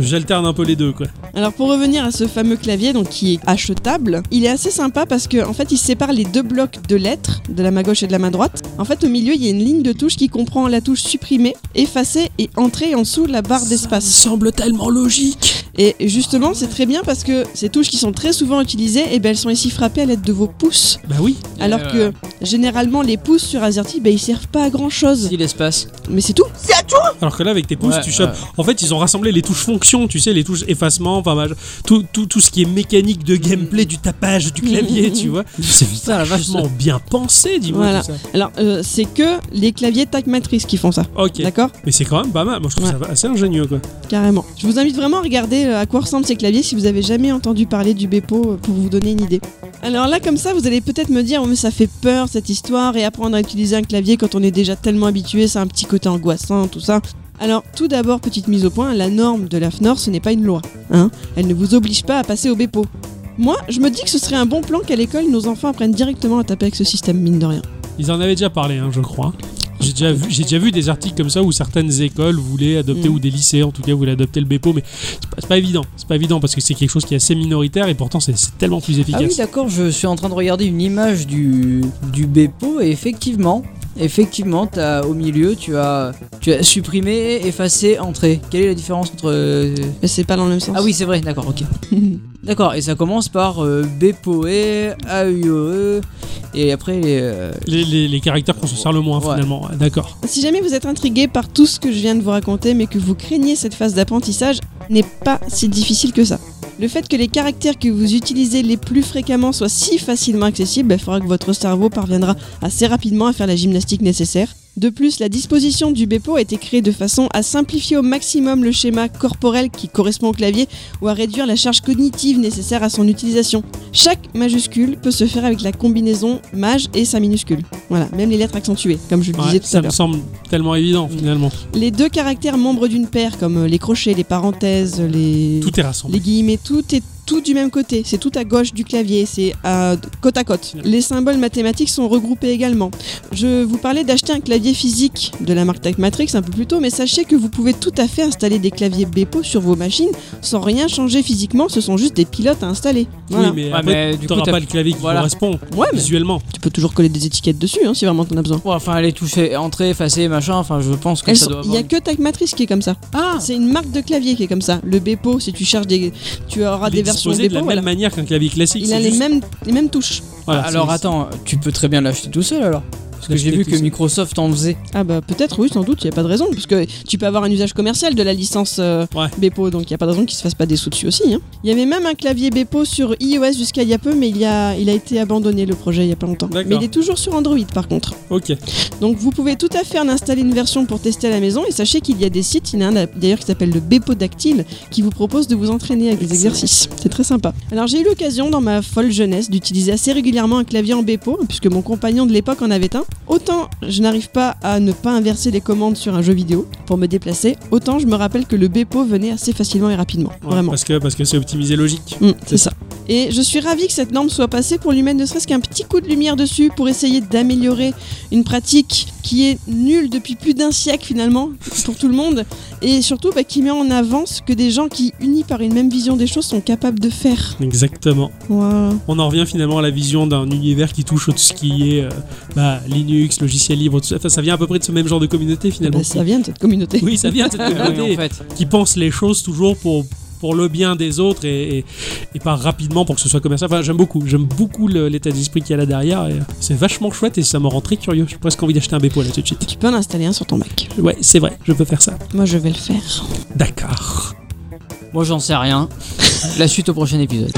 A: j'alterne un peu les deux, quoi.
C: Alors pour revenir à ce fameux clavier donc qui est achetable, il est assez sympa parce que en fait il sépare les deux blocs de lettres de la main gauche et de la main droite. En fait au milieu il y a une ligne de touche qui comprend la touche supprimer, effacer et entrer en dessous de la barre d'espace.
A: semble tellement logique.
C: Et justement c'est très bien parce que ces touches qui sont très souvent utilisées, et ben, elles sont ici frappées à l'aide de vos pouces.
A: Bah oui.
C: Alors
B: Euh,
C: que généralement les pouces sur Azerty ben, ils servent pas à grand chose.
B: Si l'espace.
C: Mais c'est tout.
A: Alors que là, avec tes pouces,
B: Ouais,
A: tu chopes.
B: ouais.
A: En fait, ils ont rassemblé les touches fonctions, tu sais, les touches effacement, enfin, bah, tout, tout, tout ce qui est mécanique de gameplay, du tapage, du clavier, tu vois. C'est
B: Putain, la vache.
A: vachement bien pensé, dis-moi
C: Voilà.
A: tout ça.
C: Alors euh, c'est que les claviers tac matrice qui font ça.
A: Ok.
C: D'accord
A: Mais c'est quand même pas mal. Moi, je trouve ça assez ingénieux, quoi.
C: Carrément. Je vous invite vraiment à regarder euh, à quoi ressemblent ces claviers si vous avez jamais entendu parler du Bepo euh, pour vous donner une idée. Alors là, comme ça, vous allez peut-être me dire, oh, mais ça fait peur cette histoire et apprendre à utiliser un clavier quand on est déjà tellement habitué, c'est un petit côté angoissant, tout ça. Alors, tout d'abord, petite mise au point, la norme de l'AFNOR, ce n'est pas une loi. Hein Elle ne vous oblige pas à passer au Bepo. Moi, je me dis que ce serait un bon plan qu'à l'école, nos enfants apprennent directement à taper avec ce système, mine de rien.
A: Ils en avaient déjà parlé, hein, je crois. J'ai déjà, vu, j'ai déjà vu des articles comme ça où certaines écoles voulaient adopter,
C: Mm.
A: ou des lycées en tout cas voulaient adopter le Bepo, mais c'est pas, c'est pas évident. C'est pas évident parce que c'est quelque chose qui est assez minoritaire et pourtant c'est, c'est tellement plus
B: Ah oui,
A: efficace.
B: d'accord, je suis en train de regarder une image du, du Bepo et effectivement, effectivement, t'as- au milieu, tu as, tu as supprimé, effacé, entré. Quelle est la différence entre. euh,
C: Mais c'est pas dans le même sens.
B: Ah oui, c'est vrai, d'accord, ok. D'accord, et ça commence par euh, Bepoe, AUE, et après les. euh,
A: les, les- les caractères qu'on se sert le moins
B: Ouais.
A: finalement. Ouais, D'accord.
C: Si jamais vous êtes intrigué par tout ce que je viens de vous raconter, mais que vous craignez cette phase d'apprentissage, n'est pas si difficile que ça. Le fait que les caractères que vous utilisez les plus fréquemment soient si facilement accessibles, il faudra que votre cerveau parviendra assez rapidement à faire la gymnastique nécessaire. De plus, la disposition du Bepo a été créée de façon à simplifier au maximum le schéma corporel qui correspond au clavier ou à réduire la charge cognitive nécessaire à son utilisation. Chaque majuscule peut se faire avec la combinaison maj et sa minuscule. Voilà, même les lettres accentuées, comme je le disais
A: Ouais,
C: tout à
A: ça
C: l'heure.
A: me semble tellement évident finalement.
C: Les deux caractères membres d'une paire, comme euh, les crochets, les parenthèses, les,
A: Tout est rassemblé.
C: les guillemets, tout est tout du même côté. C'est tout à gauche du clavier, c'est à côte à côte. Les symboles mathématiques sont regroupés également. Je vous parlais d'acheter un clavier physique de la marque Tacmatrix un peu plus tôt, mais sachez que vous pouvez tout à fait installer des claviers Bepo sur vos machines sans rien changer physiquement, ce sont juste des pilotes à installer. Voilà.
A: Oui, mais
B: Ouais,
A: après,
B: mais du
A: t'auras
B: coup, t'as-
A: pas le clavier qui
B: Voilà. Ah,
A: correspond
C: Ouais, mais
A: visuellement.
C: tu peux toujours coller des étiquettes dessus hein, si vraiment t'en as besoin.
B: ouais, enfin, les toucher, entrer, effacer, machin, enfin, je pense que
C: Elles
B: ça
C: sont-
B: doit
C: Il
B: avoir.
C: n'y a que Tacmatrix qui est comme ça.
B: Ah
C: C'est une marque de clavier qui est comme ça. Le Bepo, si tu cherches des, tu auras
B: Ah,
A: Il
C: des
A: est
C: versions
A: disposé de la
C: Bepo. voilà.
A: même manière qu'un clavier classique.
C: Il
A: c'est
C: a les
A: juste-
C: mêmes, les mêmes touches.
A: Voilà,
B: Alors
A: c'est-
B: attends, tu peux très bien l'acheter tout seul alors. Parce Parce que j'ai vu que Microsoft en faisait.
C: Ah bah peut-être, oui, sans doute, il n'y a pas de raison, parce que tu peux avoir un usage commercial de la licence euh,
A: Ouais.
C: Bepo, donc il n'y a pas de raison qu'il se fasse pas des sous dessus aussi. hein. Il y avait même un clavier Bepo sur iOS jusqu'à il y a peu, mais il, y a, il a été abandonné le projet il n'y a pas longtemps.
A: D'accord.
C: Mais il est toujours sur Android par contre.
A: Ok.
C: Donc vous pouvez tout à fait en installer une version pour tester à la maison, et sachez qu'il y a des sites, il y en a un d'ailleurs qui s'appelle le Bepo Dactyle, qui vous propose de vous entraîner avec des exercices. C'est très sympa. Alors j'ai eu l'occasion dans ma folle jeunesse d'utiliser assez régulièrement un clavier en Bepo, puisque mon compagnon de l'époque en avait un. Autant je n'arrive pas à ne pas inverser les commandes sur un jeu vidéo pour me déplacer, autant je me rappelle que le Bepo venait assez facilement et rapidement.
A: Ouais,
C: Vraiment.
A: Parce que parce que c'est optimisé logique.
C: Mm, c'est ça. Et je suis ravie que cette norme soit passée pour lui mettre ne serait-ce qu'un petit coup de lumière dessus pour essayer d'améliorer une pratique qui est nulle depuis plus d'un siècle finalement pour tout le monde et surtout bah, qui met en avant ce que des gens qui, unis par une même vision des choses, sont capables de faire.
A: Exactement.
C: Voilà.
A: On en revient finalement à la vision d'un univers qui touche tout ce qui est euh, bah, Linux, logiciel libre, tout ça. Enfin, ça vient à peu près de ce même genre de communauté finalement.
C: Bah, ça vient de cette communauté.
A: Oui, ça vient de cette
B: Ah oui,
A: communauté
B: en fait.
A: qui pense les choses toujours pour pour le bien des autres et, et, et pas rapidement pour que ce soit commercial. Enfin, j'aime beaucoup, j'aime beaucoup le- l'état d'esprit qu'il y a là derrière. et, euh, C'est vachement chouette et ça me rend très curieux. J'ai presque envie d'acheter un Bepo là tout de suite.
C: Tu peux en installer un sur ton Mac.
A: Ouais, c'est vrai, je peux faire ça.
C: Moi je vais le faire.
A: D'accord.
B: Moi, j'en sais rien. La suite au prochain épisode.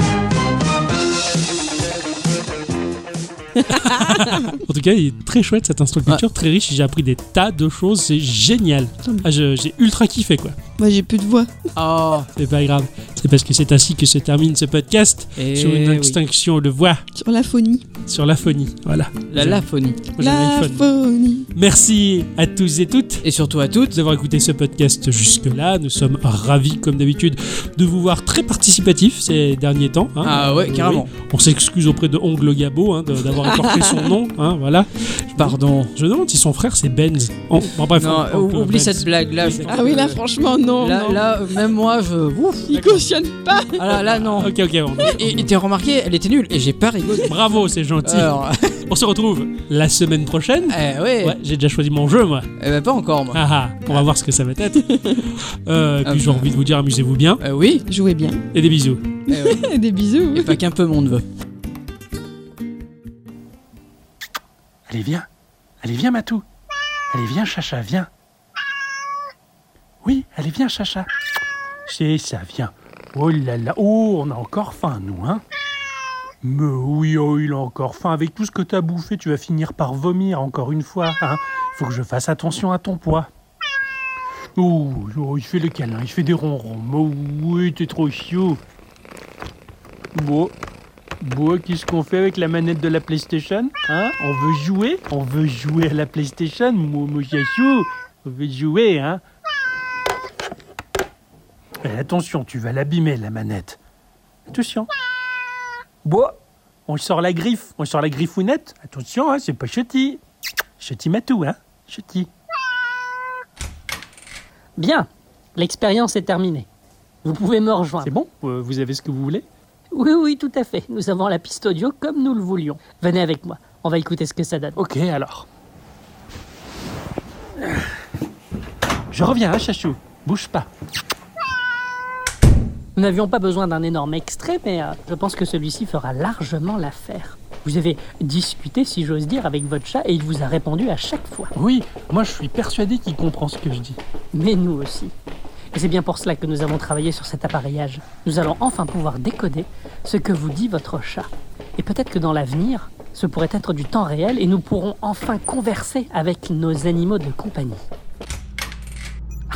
A: En tout cas, il est très chouette cet instant culture, très riche. J'ai appris des tas de choses, c'est génial. Ah, je- j'ai ultra kiffé quoi.
C: Moi j'ai plus de voix.
B: Oh,
A: C'est pas grave. C'est parce que c'est ainsi que se termine ce podcast
B: et
A: sur une
B: Eh oui.
A: extinction de voix,
C: Sur la phonie.
A: sur la phonie. Voilà.
B: la laphonie.
A: Moi, j'ai un
C: La
A: iPhone.
C: phonie.
A: Merci à tous et toutes.
B: Et surtout à toutes.
A: d'avoir écouté ce podcast jusque-là. Nous sommes ravis, comme d'habitude, de vous voir très participatif ces derniers temps. hein.
B: Ah ouais,
A: Euh,
B: carrément.
A: oui. On s'excuse auprès de Ongle Gabo hein, de- d'avoir écorché son nom. hein, voilà.
B: Pardon.
A: Je me demande si son frère c'est Benz. Oh, bon, bref,
B: Non,
A: on-
B: ou-
A: on-
B: oublie
A: Benz.
B: cette blague là. je-
C: Ah oui là franchement non.
B: Euh, Là,
C: non.
B: là, euh, même moi, je. Ouf.
C: Il cautionne pas.
B: Ah là, là, non.
A: Ok, ok. on-
B: Et et t'es remarqué, elle était nulle et j'ai pas rigolé.
A: Bravo, c'est gentil.
B: Alors,
A: On se retrouve la semaine prochaine.
B: eh, ouais,
A: Ouais, j'ai déjà choisi mon jeu, moi.
B: Eh ben, pas encore moi.
A: Ah, ah, on va voir ce que ça va être. Euh, et
B: Ah,
A: puis j'ai
B: bah.
A: envie de vous dire, amusez-vous bien
B: Euh, oui,
C: Jouez bien.
A: et des bisous.
B: Eh ouais.
C: Des bisous.
B: pas qu'un peu mon neveu.
D: Allez, viens. Allez, viens, Matou. Allez, viens, Chacha, viens. Oui, allez, viens, Chacha. C'est ça, viens. Oh là là, oh, on a encore faim, nous, hein Mais oui, oh, il a encore faim. Avec tout ce que t'as bouffé, tu vas finir par vomir encore une fois, hein Faut que je fasse attention à ton poids. Oh, oh, il fait le câlin, il fait des ronrons. Oh, oui, t'es trop chiot. Bon, Bon, qu'est-ce qu'on fait avec la manette de la PlayStation Hein On veut jouer On veut jouer à la PlayStation, mon mon chachou On veut jouer, hein Eh, Attention, tu vas l'abîmer, la manette. Attention. Bon, on sort la griffe, on sort la griffounette. Attention, hein, c'est pas chutty. Chutty matou, hein Chutty.
F: Bien, l'expérience est terminée. Vous pouvez me rejoindre.
D: C'est bon Euh, Vous avez ce que vous voulez
F: Oui, oui, tout à fait. Nous avons la piste audio comme nous le voulions. Venez avec moi. On va écouter ce que ça donne.
D: Ok, alors. Je reviens, hein, chachou Bouge pas.
F: Nous n'avions pas besoin d'un énorme extrait, mais euh, je pense que celui-ci fera largement l'affaire. Vous avez discuté, si j'ose dire, avec votre chat et il vous a répondu à chaque fois.
D: Oui, moi je suis persuadé qu'il comprend ce que je dis.
F: Mais nous aussi. Et c'est bien pour cela que nous avons travaillé sur cet appareillage. Nous allons enfin pouvoir décoder ce que vous dit votre chat. Et peut-être que dans l'avenir, ce pourrait être du temps réel et nous pourrons enfin converser avec nos animaux de compagnie.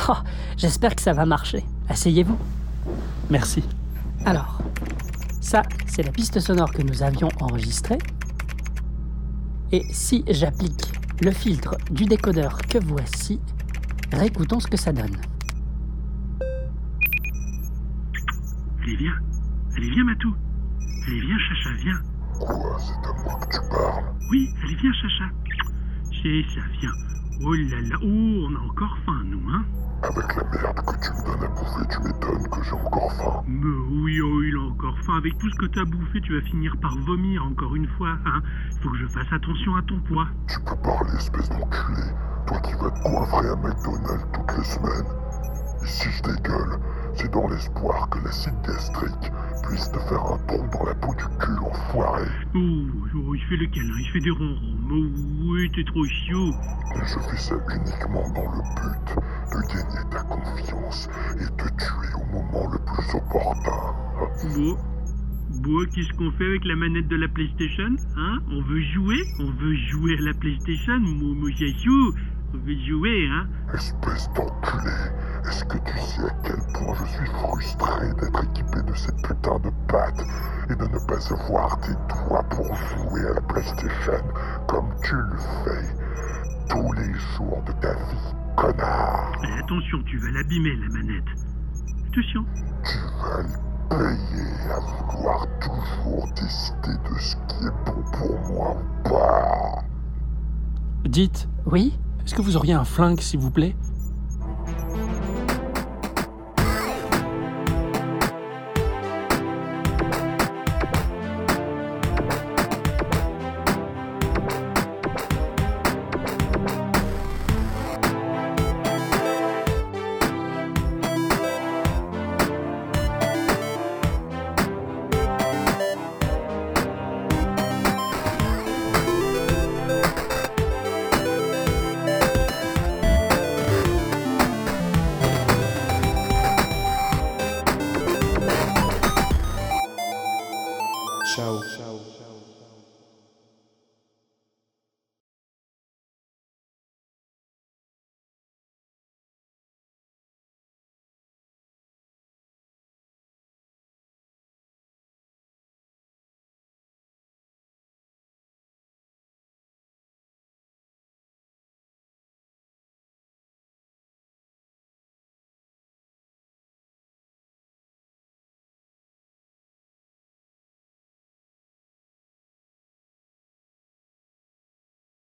F: Oh, j'espère que ça va marcher. Asseyez-vous.
D: Merci.
F: Alors, ça, c'est la piste sonore que nous avions enregistrée. Et si j'applique le filtre du décodeur que voici, réécoutons ce que ça donne.
D: Allez, viens. Allez, viens, Matou. Allez, viens, Chacha, viens. Quoi C'est à moi que tu parles Oui, allez, viens, Chacha. C'est ça, viens. Oh là là, oh, on a encore faim, nous, hein
G: Avec la merde que tu me donnes à bouffer, tu m'étonnes que j'ai encore faim.
D: Mais oui, oh, il a encore faim. Avec tout ce que t'as bouffé, tu vas finir par vomir encore une fois, hein Faut que je fasse attention à ton poids.
G: Tu peux parler, espèce d'enculé. Toi qui vas te coiffrer à McDonald's toutes les semaines. Et si je dégueule, c'est dans l'espoir que l'acide gastrique puisse te faire un trou dans la peau du cul, enfoiré.
D: Ouh, ouh, Oh, il fait le câlin, il fait des ronrons. Mais oui, t'es trop chiot.
G: Et je fais ça uniquement dans le but de gagner ta confiance et te tuer au moment le plus opportun.
D: Bon. Bon, qu'est-ce qu'on fait avec la manette de la PlayStation Hein On veut jouer On veut jouer à la PlayStation, Momo Yasu On veut jouer, hein
G: Espèce d'enculé, est-ce que tu sais à quel point je suis frustré d'être équipé de cette putain de patte et de ne pas avoir des doigts pour jouer à la PlayStation comme tu le fais tous les jours de ta vie, connard
D: Eh, Attention, tu vas l'abîmer, la manette. Attention.
G: Tu vas le payer à vouloir toujours décider de ce qui est bon pour moi ou pas.
H: Dites,
F: Oui
H: est-ce que vous auriez un flingue, s'il vous plaît